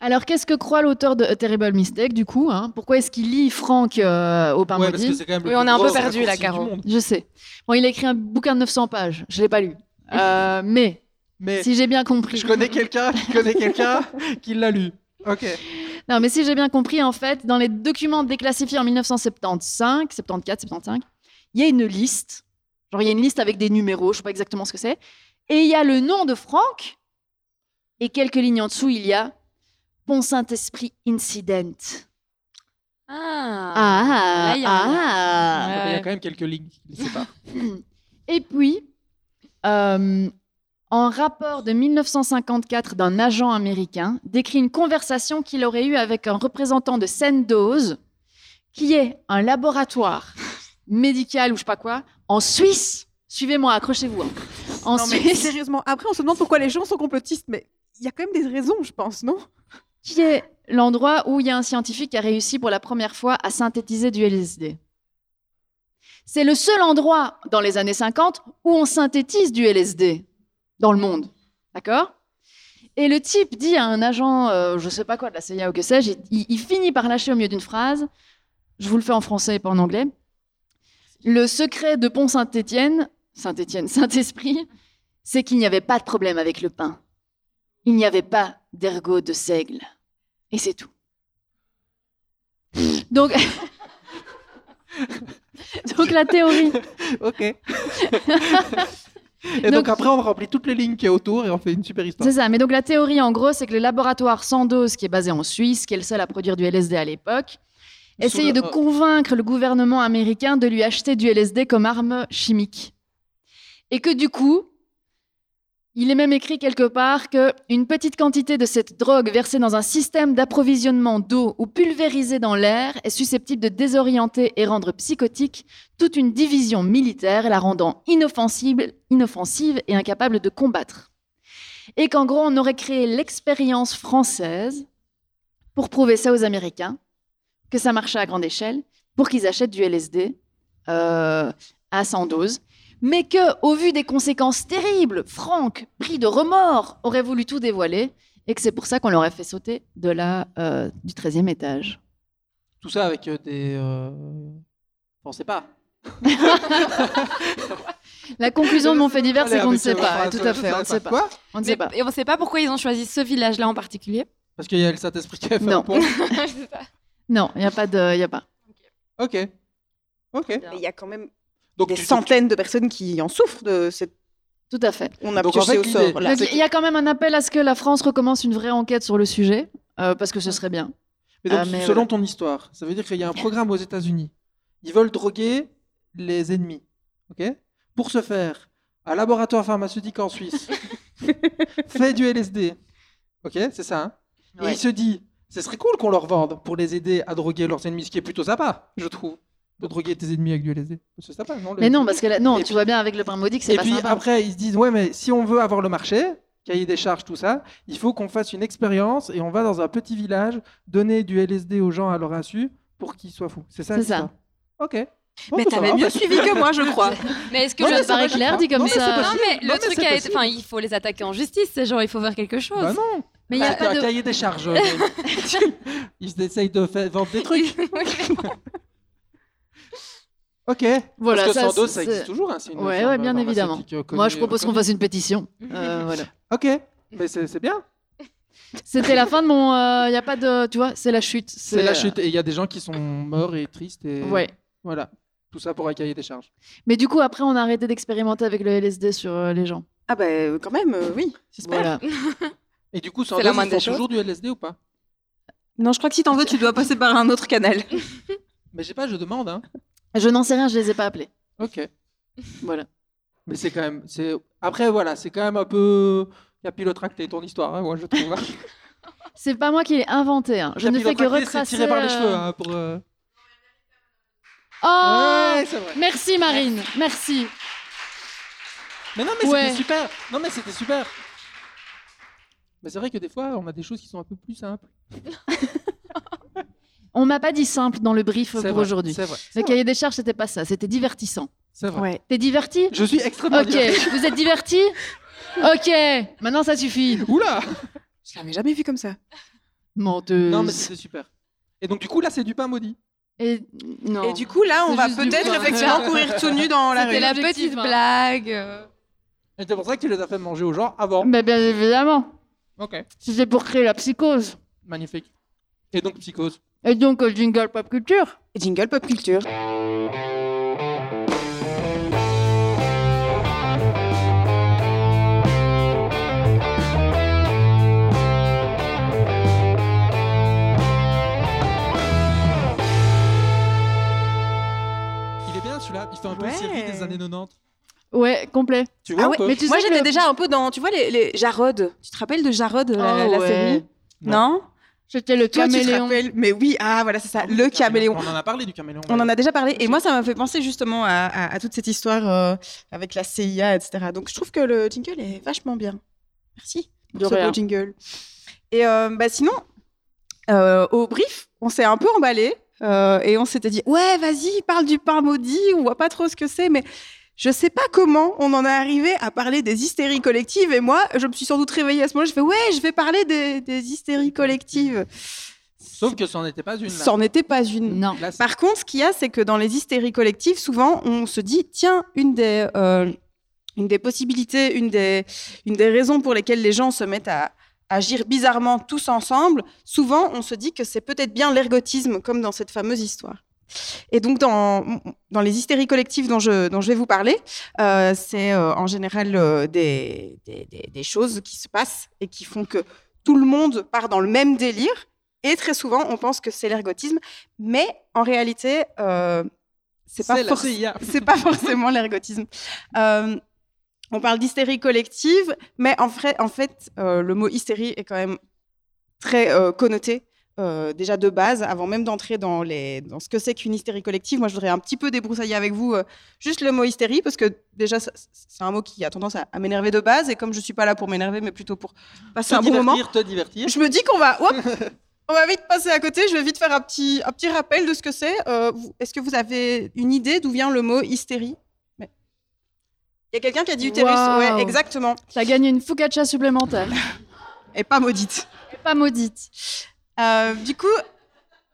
B: Alors, qu'est-ce que croit l'auteur de A Terrible Mistake, du coup hein Pourquoi est-ce qu'il lit Franck euh, au pain
C: ouais, parce
B: maudit
C: que c'est quand même le
E: Oui, on
C: plus
E: est un peu
C: gros
E: perdu, là,
C: raccourci du
E: Caro.
C: monde.
B: Je sais. Bon, il a écrit un bouquin de 900 pages. Je l'ai pas lu.
C: <laughs>
B: Euh, mais,
C: Mais
B: si j'ai bien compris...
C: je connais quelqu'un qui
B: <laughs>
C: connaît quelqu'un qui l'a lu. Ok.
B: Non, mais si j'ai bien compris, en fait, dans les documents déclassifiés en 1975, 74, 75, il y a une liste. Genre, il y a une liste avec des numéros, je sais pas exactement ce que c'est. Et il y a le nom de Franck. Et quelques lignes en dessous, il y a Pont Saint-Esprit Incident.
E: Ah
B: Ah,
E: Là, il y a un lien.
B: ah.
E: Ouais,
C: Mais Il y a
E: ouais.
C: quand même quelques lignes qui ne séparent.
B: Et puis, euh, un rapport de 1954 d'un agent américain décrit une conversation qu'il aurait eue avec un représentant de Sandoz, qui est un laboratoire médical ou je sais pas quoi, en Suisse. Suivez-moi, accrochez-vous. hein. En
D: Non, mais
B: Suisse.
D: sérieusement, après on se demande pourquoi les gens sont complotistes, mais il y a quand même des raisons, je pense, non
B: qui est l'endroit où il y a un scientifique qui a réussi pour la première fois à synthétiser du LSD. C'est le seul endroit dans les années 50 où on synthétise du LSD dans le monde. D'accord Et le type dit à un agent, euh, je sais pas quoi, de la CIA ou que sais-je, il, il finit par lâcher au milieu d'une phrase, je vous le fais en français et pas en anglais, le secret de Pont Saint-Étienne, Saint-Étienne, Saint-Esprit, c'est qu'il n'y avait pas de problème avec le pain. Il n'y avait pas d'ergot de seigle. Et c'est tout. Donc, <laughs> donc la théorie.
C: <laughs>
B: <laughs>
C: Ok. Et donc,
B: Donc-
C: après, on remplit toutes les lignes qui est autour et on fait une super histoire.
B: C'est ça, mais donc la théorie en gros, c'est que le laboratoire Sandoz, qui est basé en Suisse, qui est le seul à produire du LSD à l'époque,
C: Sous
B: essayait
C: le-
B: de convaincre le gouvernement américain de lui acheter du LSD comme arme chimique. Et que du coup, il est même écrit quelque part que une petite quantité de cette drogue versée dans un système d'approvisionnement d'eau ou pulvérisée dans l'air est susceptible de désorienter et rendre psychotique toute une division militaire, la rendant inoffensible, inoffensive et incapable de combattre et qu'en gros, on aurait créé l'expérience française pour prouver ça aux Américains, que ça marchait à grande échelle, pour qu'ils achètent du LSD euh, à 100 doses, mais que, au vu des conséquences terribles, Franck, pris de remords, aurait voulu tout dévoiler, et que c'est pour ça qu'on l'aurait fait sauter de la, euh, du 13e étage.
C: Tout ça avec euh, des. euh, On sait pas.
B: La conclusion de mon fait divers,
C: Allez,
B: c'est qu'on ne
C: avec,
B: sait
C: euh,
B: pas.
C: enfin,
B: Tout
C: ça-
B: à
C: ça-
B: fait,
C: ça-
B: on ne
C: ça-
B: sait pas.
C: Quoi
B: On ne sait pas.
E: Et on ne sait pas pourquoi ils ont choisi ce village-là en particulier.
C: Parce qu'il y a le Saint-Esprit qui a fait
B: Non.
C: un pont.
E: <laughs> Je sais pas.
B: Non, il n'y a pas de... il Y a pas.
C: <laughs> Ok. Ok.
D: Mais il y a quand même
C: Donc,
D: des
C: tu-
D: centaines de personnes qui en souffrent de cette.
B: Tout à fait.
D: On a
C: Donc, en
D: pioché
C: fait,
D: au
C: l'idée-
D: sort. là.
B: Donc, il y a quand même un appel à ce que la France recommence une vraie enquête sur le sujet, euh, parce que ce serait bien.
C: Mais donc,
B: Ah, mais
C: selon
B: ouais.
C: ton histoire, ça veut dire qu'il y a un programme aux États-Unis. Ils veulent droguer les ennemis. ok Pour ce faire, un laboratoire pharmaceutique en Suisse
B: <laughs>
C: fait du LSD. Ok C'est ça. hein Et
B: Ouais.
C: il se dit, ce serait cool qu'on leur vende pour les aider à droguer leurs ennemis, ce qui est plutôt sympa, je trouve. De droguer tes ennemis avec du LSD. C'est sympa, non le
B: Mais non,
C: LSD?
B: parce que là- non,
C: Et
B: tu vois bien avec le pain maudit que c'est
C: Et
B: pas
C: puis
B: sympa.
C: après, ils se disent ouais, mais si on veut avoir le marché, cahier des charges, tout ça, il faut qu'on fasse une expérience et on va dans un petit village donner du LSD aux gens à leur insu pour qu'ils soient fous. C'est ça.
B: C'est ça.
C: l'histoire Ok.
D: Mais t'avais mieux suivi que moi, je crois.
E: Mais est-ce que
B: Non,
E: je
B: mais ça paraît
E: Non,
B: clair dit comme
C: Non, mais c'est
B: ça.
C: possible.
E: mais
C: Non,
E: le
C: mais
E: truc
C: c'est
E: a été.
C: possible.
E: Enfin, il faut les attaquer en justice, ces gens, il faut faire quelque chose.
C: Bah non.
B: Mais il y a
C: Bah,
B: pas
C: un
B: de.
C: cahier des
B: <laughs>
C: charges. euh, <laughs> ils essayent de faire- vendre des
E: <laughs>
C: trucs. Ok.
B: Voilà,
C: Parce que
B: ça,
C: sans dose,
B: c'est-
C: ça existe toujours. hein, c'est une
B: Ouais,
C: firme
B: ouais, bien
C: pharmaceutique,
B: évidemment.
C: euh,
B: Moi,
C: connue,
B: je propose
C: euh,
B: qu'on fasse une
C: <laughs>
B: pétition. Euh, voilà.
C: connue. Ok. Mais c'est c'est bien.
B: C'était la fin de mon. Il y a pas de. Tu vois, c'est la chute.
C: C'est la chute. Euh. Et il y a des gens qui sont morts et tristes. Et...
B: Ouais.
C: Voilà. Tout ça pour un cahier des charges.
B: Mais du coup, après, on a arrêté d'expérimenter avec le LSD sur euh, les gens.
D: Ah bah euh, quand même, euh, oui.
B: <laughs> Voilà.
C: Et du coup, sans
E: C'est la
C: dose, ils
E: moindre
C: font
E: des choses.
C: toujours du LSD ou pas
D: Non, je crois que si t'en veux, tu dois passer par un autre canal.
C: Mais je sais pas, je demande. Hein.
B: Je n'en sais rien, je les ai pas appelés. <laughs>
C: Ok.
B: Voilà.
C: Mais c'est quand même. C'est... Après, voilà, c'est quand même un peu. Capillotracté ton histoire, hein, moi je
B: <laughs>
C: trouve. hein.
B: C'est pas moi qui l'ai inventé. hein. Je ne fais que
C: Capillotracté,
B: retracer.
C: C'est tiré par
B: euh,
C: les cheveux. hein, pour, euh,
B: Oh
C: Ouais, c'est vrai.
B: Merci Marine, merci.
C: Mais non, mais
B: Ouais.
C: c'était super. Non, mais c'était super. Mais c'est vrai que des fois, on a des choses qui sont un peu plus simples.
B: On m'a pas dit simple dans le brief
C: C'est
B: pour
C: vrai,
B: aujourd'hui.
C: C'est vrai.
B: Le
C: C'est vrai.
B: cahier des charges, c'était pas ça, c'était divertissant.
C: c'est vrai.
D: Ouais.
B: T'es diverti
C: Je suis extrêmement.
B: Ok, <laughs>
C: diverti.
B: vous êtes
C: <laughs>
B: diverti Ok, maintenant ça suffit.
C: Oula
D: Je l'avais jamais vu comme ça.
B: Menteuse.
C: Non, mais c'était super. Et donc, du coup, là, c'est du pain maudit.
B: Et... Non.
D: Et du coup, là, on
B: C'est
D: va
B: juste du
D: peut-être
B: pain.
D: effectivement courir tout nu dans la
E: C'était
D: rue.
E: la
B: L'objectif,
E: petite
B: hein.
E: blague. euh.
C: Et c'est pour ça que tu les as fait manger aux gens avant.
B: Mais bien évidemment,
C: Ok.
B: c'était pour créer la psychose.
C: Magnifique. Et donc, psychose.
B: Et donc, euh, jingle pop culture.
D: Jingle pop culture.
C: Il est bien celui-là, il fait un peu
D: Ouais.
C: série des années 90.
B: Ouais, complet.
C: Tu vois
D: Ah
C: un
D: ouais.
C: peu
B: Mais tu
D: Moi,
B: sais que
D: j'étais
B: le-
D: déjà un peu dans, tu vois, les, les Jarod. Tu te rappelles de Jarod, euh, la,
B: Oh
D: la
B: ouais.
D: série Non.
B: C'était le
D: Toi, tu te
B: caméléon.
D: rappelles Mais oui, ah voilà, c'est ça, le caméléon.
C: On en a parlé du caméléon.
D: On en a déjà parlé. Et moi, ça m'a fait penser justement à, à- à toute cette histoire euh, avec la CIA, etc. Donc, je trouve que le jingle est vachement bien. Merci. pour
B: De
D: ce
B: rien.
D: beau jingle. Et euh, bah, sinon, euh, au brief, on s'est un peu emballé euh, et on s'était dit ouais, vas-y, parle du pain maudit, on voit pas trop ce que c'est, mais je sais pas comment on en est arrivé à parler des hystéries collectives. Et moi, je me suis sans doute réveillée à ce moment-là. Je fais ouais, je vais parler des, des hystéries collectives.
C: Sauf que ça n'en était pas une. là.
D: Ça n'en était pas une.
B: Non.
C: Là, c'est-
D: Par contre, ce qu'il y a, c'est que dans les hystéries collectives, souvent, on se dit, tiens, une des, euh, une des possibilités, une des, une des raisons pour lesquelles les gens se mettent à agir bizarrement tous ensemble, souvent, on se dit que c'est peut-être bien l'ergotisme, comme dans cette fameuse histoire. Et donc, dans, dans les hystéries collectives dont je, dont je vais vous parler, euh, c'est euh, en général euh, des, des- des- des choses qui se passent et qui font que tout le monde part dans le même délire. Et très souvent, on pense que c'est l'ergotisme. Mais en réalité, euh, c'est pas,
C: C'est la
D: forc-
C: CIA.
D: <laughs> c'est pas forcément l'ergotisme. Euh, on parle d'hystérie collective, mais en, vrai- en fait, euh, le mot hystérie est quand même très euh, connoté. euh, déjà de base, avant même d'entrer dans, les, dans ce que c'est qu'une hystérie collective, moi je voudrais un petit peu débroussailler avec vous euh, juste le mot hystérie, parce que déjà ça- c'est un mot qui a tendance à, à m'énerver de base, et comme je suis pas là pour m'énerver, mais plutôt pour passer
C: Te
D: un bon moment,
C: divertir, te divertir.
D: je me dis qu'on va, hop, on va vite passer à côté. Je vais vite faire un petit, un petit rappel de ce que c'est. Euh, vous- Est-ce que vous avez une idée d'où vient le mot hystérie Mais- Il y a quelqu'un qui a dit utérus.
B: Waouh.
D: Ouais, exactement.
B: T'as gagné une focaccia
C: <laughs>
B: supplémentaire.
D: Et pas maudite.
B: Et pas maudite.
D: Euh, du coup,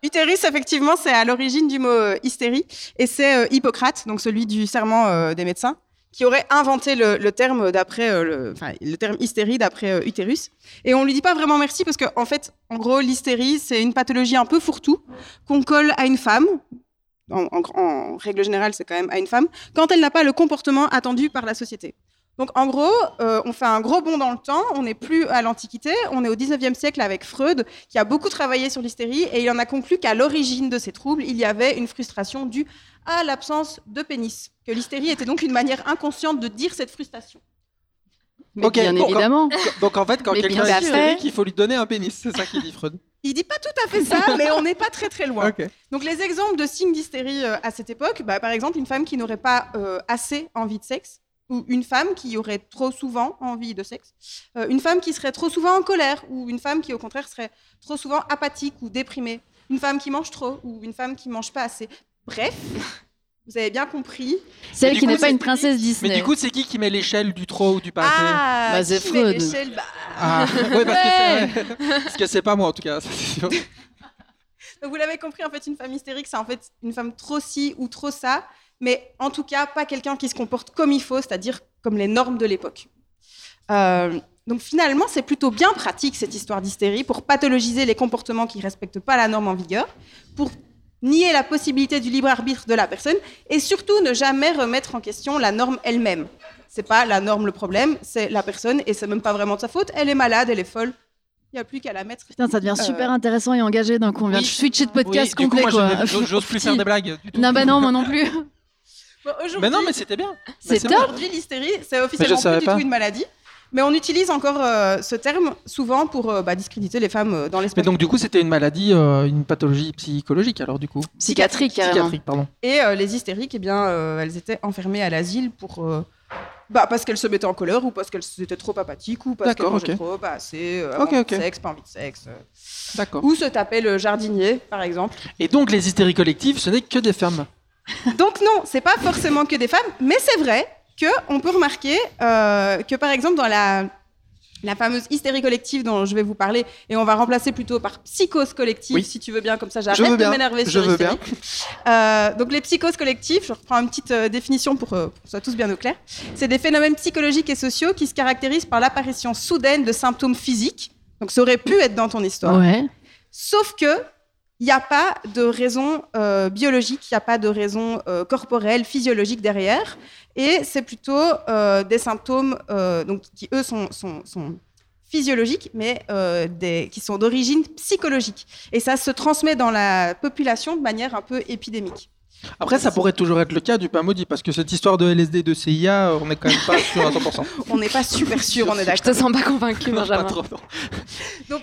D: utérus, effectivement, c'est à l'origine du mot euh, hystérie. Et c'est euh, Hippocrate, donc celui du serment euh, des médecins, qui aurait inventé le, le terme d'après, euh, le, enfin, le terme hystérie d'après euh, utérus. Et on lui dit pas vraiment merci parce qu'en en fait, en gros, l'hystérie, c'est une pathologie un peu fourre-tout qu'on colle à une femme. En, en gr- en règle générale, c'est quand même à une femme, quand elle n'a pas le comportement attendu par la société. Donc en gros, euh, on fait un gros bond dans le temps, on n'est plus à l'Antiquité, on est au 19e siècle avec Freud, qui a beaucoup travaillé sur l'hystérie, et il en a conclu qu'à l'origine de ces troubles, il y avait une frustration due à l'absence de pénis, que l'hystérie était donc une manière inconsciente de dire cette frustration.
B: Mais
C: Ok,
B: bien
C: bon, quand-
B: évidemment.
C: <laughs> Donc en fait, quand
B: Mais
C: quelqu'un
B: bien
C: est
B: sûr.
C: hystérique, il faut lui donner un pénis. C'est ça qu'il dit Freud.
D: Il dit pas tout à fait ça, mais on n'est pas très très
C: <laughs>
D: loin.
C: Ok.
D: Donc les exemples de signes d'hystérie euh, à cette époque, bah, par exemple une femme qui n'aurait pas euh, assez envie de sexe, ou une femme qui aurait trop souvent envie de sexe, euh, une femme qui serait trop souvent en colère, ou une femme qui au contraire serait trop souvent apathique ou déprimée, une femme qui mange trop, ou une femme qui mange pas assez. Bref, vous avez bien compris.
C: Mais
B: Celle
C: du
B: qui
C: coup,
B: n'est pas
C: c'est-
B: une princesse
C: Mais
B: Disney.
C: du coup, c'est qui qui met l'échelle du trop ou du pas assez
D: Ah,
B: Bah, c'est
D: qui met
B: Freud.
D: l'échelle Bah,
C: Ah, ouais, parce, que c'est vrai. parce que c'est pas moi en tout cas. ça, c'est sûr.
D: Donc vous l'avez compris, en fait, une femme hystérique, c'est en fait une femme trop ci ou trop ça, mais en tout cas pas quelqu'un qui se comporte comme il faut, c'est-à-dire comme les normes de l'époque. Euh, donc finalement, c'est plutôt bien pratique cette histoire d'hystérie pour pathologiser les comportements qui ne respectent pas la norme en vigueur, pour nier la possibilité du libre arbitre de la personne et surtout ne jamais remettre en question la norme elle-même. C'est pas la norme le problème, c'est la personne et c'est même pas vraiment de sa faute. Elle est malade, elle est folle. Il n'y a plus qu'à la mettre
B: Putain, ça devient super
D: Euh,
B: intéressant et engagé d'un coup. On vient
C: oui.
B: de switcher de podcast
C: Oui, du coup,
B: complet,
C: moi,
B: quoi.
C: j'ai- j'ose plus faire des blagues. du tout.
B: Non, bah non, moi non plus.
D: Bon, aujourd'hui-
C: Mais non, mais c'était bien.
B: C'est
C: Bah, c'est
B: top.
D: Aujourd'hui, l'hystérie, c'est
C: Mais je
D: officiellement
C: savais
D: plus du
C: pas.
D: tout une maladie. Mais on utilise encore euh, ce terme souvent pour euh, bah, discréditer les femmes euh, dans
C: Mais
D: l'espace.
C: donc du coup, c'était une maladie, euh, une pathologie psychologique alors du coup.
B: Psychiatrique, carrément.
C: <laughs> Psychiatrique, pardon.
D: Et euh, les hystériques, eh bien, euh, elles étaient enfermées à l'asile pour, euh, bah, parce qu'elles se mettaient en colère ou parce qu'elles étaient trop apathiques ou parce qu'elles
C: D'accord,
D: mangeaient
C: ok.
D: trop, pas assez, euh,
C: Ok,
D: envie
C: ok.
D: de sexe, pas envie de sexe. euh.
C: D'accord.
D: Ou se tapait le jardinier, par exemple.
C: Et donc les hystéries collectives, ce n'est que des femmes.
D: Donc non, c'est pas forcément que des femmes, mais c'est vrai que on peut remarquer euh, que par exemple dans la la fameuse hystérie collective dont je vais vous parler, et on va remplacer plutôt par psychose collective,
C: Oui.
D: si tu veux bien, comme ça
C: Je veux
D: j'arrête de
C: bien,
D: m'énerver
C: je
D: sur
C: veux
D: l'hystérie. <laughs> Euh, donc les psychoses collectives, je reprends une petite euh, définition pour euh, pour qu'on soit tous bien au clair, c'est des phénomènes psychologiques et sociaux qui se caractérisent par l'apparition soudaine de symptômes physiques, donc ça aurait pu être dans ton histoire,
B: Ouais.
D: Sauf que il n'y a pas de raison euh, biologique, il n'y a pas de raison euh, corporelle, physiologique derrière. Et c'est plutôt euh, des symptômes euh, donc, qui, eux, sont, sont- sont physiologiques, mais euh, des- qui sont d'origine psychologique. Et ça se transmet dans la population de manière un peu épidémique.
C: Après, ça pourrait toujours être le cas du pain maudit parce que cette histoire de LSD de CIA, euh, on n'est quand même pas sûr à 100%.
D: On n'est pas super sûr, on est
E: <laughs> Je te
D: d'accord.
E: sens pas convaincu,
C: Non, pas
E: Benjamin.
C: trop, non.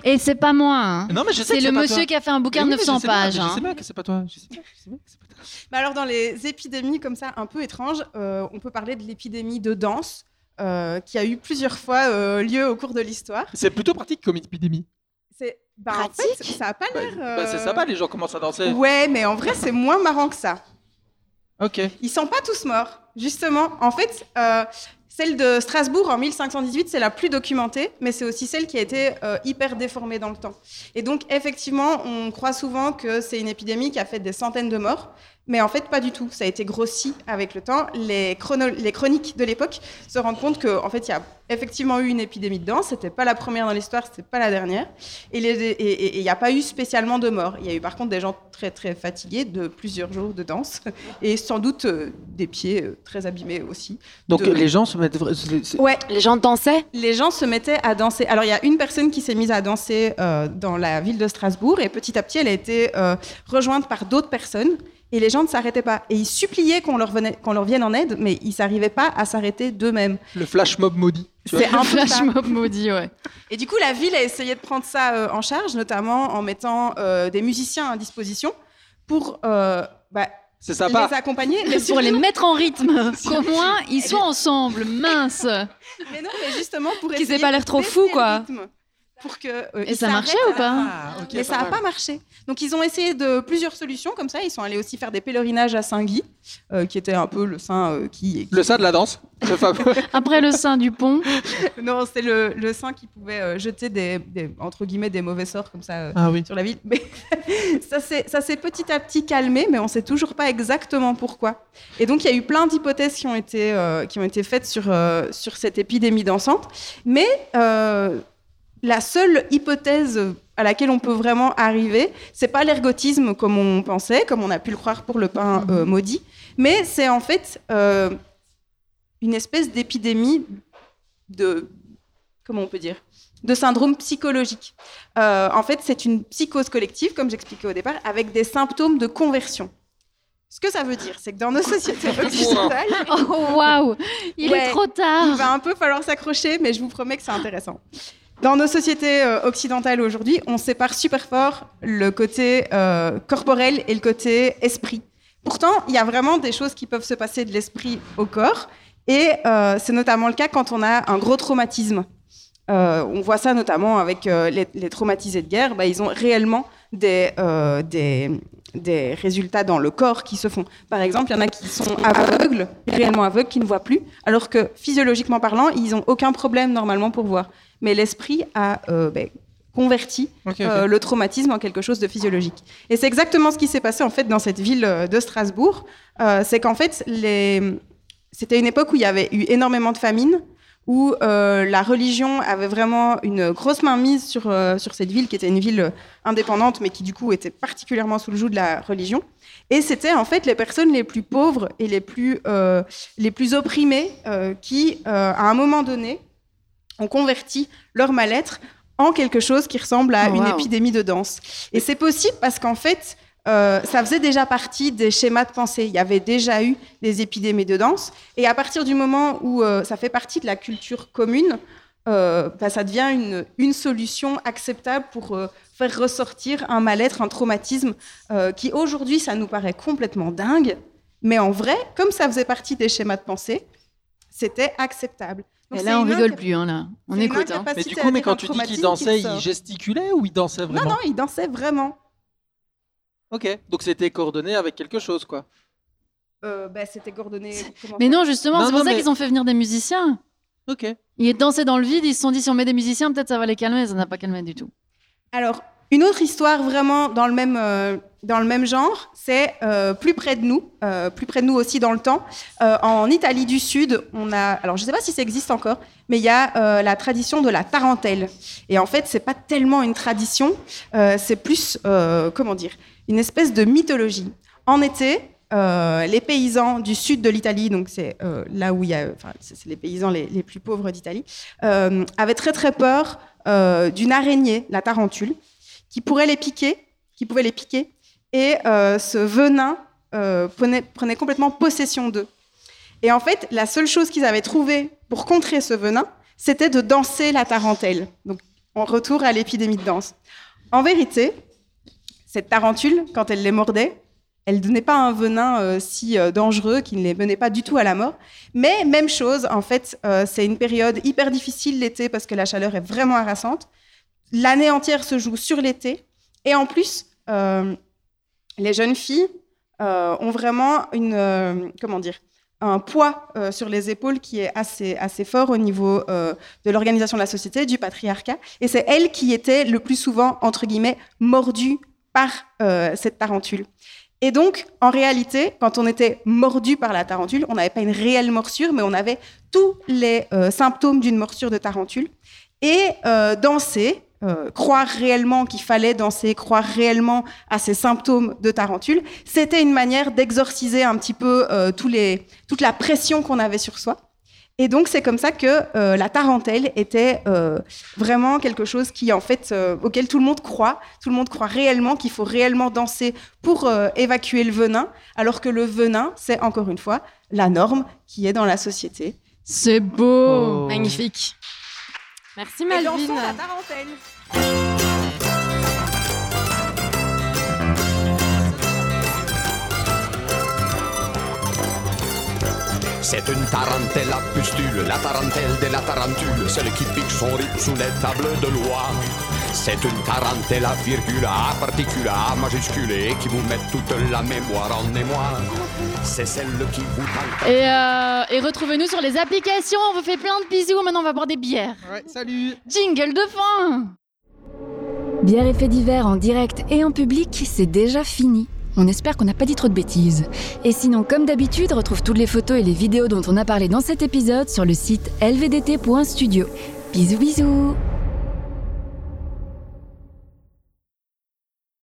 A: Et c'est pas moi, hein.
C: Non, mais je sais
A: C'est
C: que
A: le
C: pas
A: monsieur
C: toi.
A: qui a fait un bouquin
C: Mais
A: de
C: oui, mais
A: 900
C: je sais bien,
A: pages.
C: mais Je
A: hein.
C: sais bien que c'est pas toi. Je sais bien, je sais bien que c'est pas toi.
D: Mais alors, dans les épidémies comme ça, un peu étranges, euh, on peut parler de l'épidémie de danse, euh, qui a eu plusieurs fois euh, lieu au cours de l'histoire.
C: C'est plutôt pratique comme épidémie.
D: C'est bah, en fait, ça a pas l'air.
C: Bah, c'est
D: euh,
C: sympa, les gens commencent à danser.
D: Ouais, mais en vrai, c'est moins marrant que ça.
C: Ok.
D: Ils sont pas tous morts, justement. En fait, euh, celle de Strasbourg en 1518, c'est la plus documentée, mais c'est aussi celle qui a été euh, hyper déformée dans le temps. Et donc, effectivement, on croit souvent que c'est une épidémie qui a fait des centaines de morts, mais en fait, pas du tout. Ça a été grossi avec le temps. Les, chrono- les chroniques de l'époque se rendent compte qu'en en fait, il y a effectivement eu une épidémie dedans. C'était pas la première dans l'histoire, c'était pas la dernière. Et les- et- et il n'y a pas eu spécialement de morts. Il y a eu par contre des gens très très fatigués de plusieurs jours de danse et sans doute euh, des pieds euh, très abîmés aussi.
C: Donc
D: De-
C: les gens se mettent. vra- c'est- c'est-
D: Ouais,
E: Les gens dansaient
D: les gens se mettaient à danser. Alors, il y a une personne qui s'est mise à danser euh, dans la ville de Strasbourg et petit à petit, elle a été euh, rejointe par d'autres personnes et les gens ne s'arrêtaient pas. Et ils suppliaient qu'on leur, venait- qu'on leur vienne en aide, mais ils n'arrivaient pas à s'arrêter d'eux-mêmes.
C: Le flash mob maudit. tu vois.
D: C'est un peu ça.
B: flash mob maudit, ouais.
D: Et du coup, la ville a essayé de prendre ça euh, en charge, notamment en mettant euh, des musiciens à disposition pour euh, bah,
C: C'est
D: les
C: sympa.
D: accompagner. Mais
B: Pour
D: surtout-
B: les mettre en
C: <laughs>
B: rythme, qu'au moins ils soient ensemble, mince.
D: mais non, mais justement pour
E: Qu'ils aient
D: essayer
E: pas
D: de
E: l'air trop
D: baisser
E: fous,
D: le
E: quoi.
D: rythme, Pour que, euh,
B: Et
D: ils
B: ça marchait
D: s'arrêtent
B: ou
D: à la
B: pas
D: fin.
C: Ah, ok,
D: mais ça n'a
C: mal.
D: pas marché. Donc ils ont essayé de plusieurs solutions comme ça. Ils sont allés aussi faire des pèlerinages à Saint-Guy, euh, qui était un peu le saint euh, qui.
C: Le ça de la danse. Le fameux.
B: Après
C: <laughs>
B: le sein du pont,
D: <laughs> Non, c'est le, le saint qui pouvait euh, jeter des, des- entre guillemets des mauvais sorts comme ça euh,
C: Ah oui.
D: sur la ville. Mais <laughs> ça s'est ça s'est petit à petit calmé, mais on sait toujours pas exactement pourquoi. Et donc il y a eu plein d'hypothèses qui ont été euh, qui ont été faites sur euh, sur cette épidémie dansante, mais euh, la seule hypothèse à laquelle on peut vraiment arriver, c'est pas l'ergotisme comme on pensait, comme on a pu le croire pour le pain
C: Mhm.
D: euh, maudit, mais c'est en fait euh, une espèce d'épidémie de comment on peut dire de syndrome psychologique. Euh, en fait, c'est une psychose collective, comme j'expliquais au départ, avec des symptômes de conversion. Ce que ça veut dire, c'est que dans nos sociétés occidentales,
B: oh waouh, il
D: Ouais.
B: est trop
D: il
B: tard.
D: va un peu falloir s'accrocher, mais je vous promets que c'est intéressant. Dans nos sociétés euh, occidentales aujourd'hui, on sépare super fort le côté euh, corporel et le côté esprit. Pourtant, il y a vraiment des choses qui peuvent se passer de l'esprit au corps, et euh, c'est notamment le cas quand on a un gros traumatisme. Euh, on voit ça notamment avec euh, les, les traumatisés de guerre, bah, ils ont réellement des, euh, des, des résultats dans le corps qui se font. Par exemple, il y en a qui sont aveugles, réellement aveugles, qui ne voient plus, alors que physiologiquement parlant, ils n'ont aucun problème normalement pour voir. Mais l'esprit a euh, ben, converti
C: Ok, ok.
D: euh, le traumatisme en quelque chose de physiologique. Et c'est exactement ce qui s'est passé en fait dans cette ville euh, de Strasbourg. Euh, c'est qu'en fait, les... c'était une époque où il y avait eu énormément de famines, où euh, la religion avait vraiment une grosse mainmise sur, euh, sur cette ville, qui était une ville euh, indépendante, mais qui du coup était particulièrement sous le joug de la religion. Et c'était en fait les personnes les plus pauvres et les plus, euh, les plus opprimées euh, qui, euh, à un moment donné, ont converti leur mal-être en quelque chose qui ressemble à
B: Oh,
D: une
B: wow.
D: épidémie de danse. Et c'est possible parce qu'en fait, euh, ça faisait déjà partie des schémas de pensée. Il y avait déjà eu des épidémies de danse. Et à partir du moment où euh, ça fait partie de la culture commune, euh, bah, ça devient une, une solution acceptable pour euh, faire ressortir un mal-être, un traumatisme euh, qui aujourd'hui, ça nous paraît complètement dingue. Mais en vrai, comme ça faisait partie des schémas de pensée, c'était acceptable. Donc,
B: Et
D: c'est
B: là on
D: une
B: rigole
D: inca-
B: plus, hein, là. On
D: c'est une
B: écoute. Hein.
C: Mais
D: incapacité
C: du
D: à
C: coup, mais
D: dire un
C: quand tu dis
D: traumatisme
C: qu'ils
D: qui
C: dansaient,
D: ressort.
C: ils gesticulaient ou ils dansaient
D: Non,
C: vraiment
D: non, ils dansaient vraiment.
C: Ok. Donc c'était coordonné avec quelque chose, quoi.
D: Euh, bah, c'était coordonné. comment
B: Mais
D: ça
B: non, justement,
C: Non,
B: c'est pour
C: non,
B: ça
C: mais-
B: qu'ils ont fait venir des musiciens.
C: Ok.
B: Ils dansaient dans le vide, ils se sont dit si on met des musiciens, peut-être ça va les calmer. Ça n'a pas calmé du tout.
D: Alors, une autre histoire vraiment dans le même, euh, dans le même genre, c'est euh, plus près de nous, euh, plus près de nous aussi dans le temps. Euh, en Italie du Sud, on a, alors je ne sais pas si ça existe encore, mais il y a euh, la tradition de la tarentelle. Et en fait, c'est pas tellement une tradition, euh, c'est plus, euh, comment dire, une espèce de mythologie. En été, euh, les paysans du sud de l'Italie, donc c'est euh, là où il y a, enfin, c'est c'est les paysans les, les plus pauvres d'Italie, euh, avaient très très peur euh, d'une araignée, la tarentule, qui pourrait les piquer, qui pouvait les piquer, et euh, ce venin euh, prenait, prenait complètement possession d'eux. Et en fait, la seule chose qu'ils avaient trouvée pour contrer ce venin, c'était de danser la tarentelle. Donc, en retour à l'épidémie de danse. En vérité, cette tarentule, quand elle les mordait, Elle donnait pas un venin euh, si euh, dangereux qui ne les menait pas du tout à la mort. Mais même chose, en fait, euh, c'est une période hyper difficile l'été parce que la chaleur est vraiment harassante. L'année entière se joue sur l'été. Et en plus, euh, les jeunes filles euh, ont vraiment une, euh, comment dire, un poids euh, sur les épaules qui est assez, assez fort au niveau euh, de l'organisation de la société, du patriarcat. Et c'est elles qui étaient le plus souvent, entre guillemets, mordues par euh, cette tarentule. Et donc, en réalité, quand on était mordu par la tarentule, on n'avait pas une réelle morsure, mais on avait tous les euh, symptômes d'une morsure de tarentule. Et euh, danser, euh, croire réellement qu'il fallait danser, croire réellement à ces symptômes de tarentule, c'était une manière d'exorciser un petit peu euh, tous les, toute la pression qu'on avait sur soi. Et donc, c'est comme ça que euh, la tarentelle était euh, vraiment quelque chose qui, en fait, euh, auquel tout le monde croit. Tout le monde croit réellement qu'il faut réellement danser pour euh, évacuer le venin, alors que le venin, c'est encore une fois la norme qui est dans la société.
K: C'est beau.
C: Oh.
E: Magnifique. Merci
D: Et dansons
E: Malvine.
D: la tarentelle.
H: C'est une tarentelle à pustule, la tarentelle de la tarentule, celle qui pique son rythme sous les tables de loi. C'est une tarentelle à virgule, à particule, à majuscule, et qui vous met toute la mémoire en émoi. C'est celle qui vous parle.
B: Et, euh, et retrouvez-nous sur les applications. On vous fait plein de bisous. Maintenant, on va boire des bières.
C: Ouais, salut
B: Jingle de fin
A: Bière et faits divers en direct et en public, c'est déjà fini. On espère qu'on n'a pas dit trop de bêtises. Et sinon, comme d'habitude, retrouve toutes les photos et les vidéos dont on a parlé dans cet épisode sur le site lvdt.studio. Bisous bisous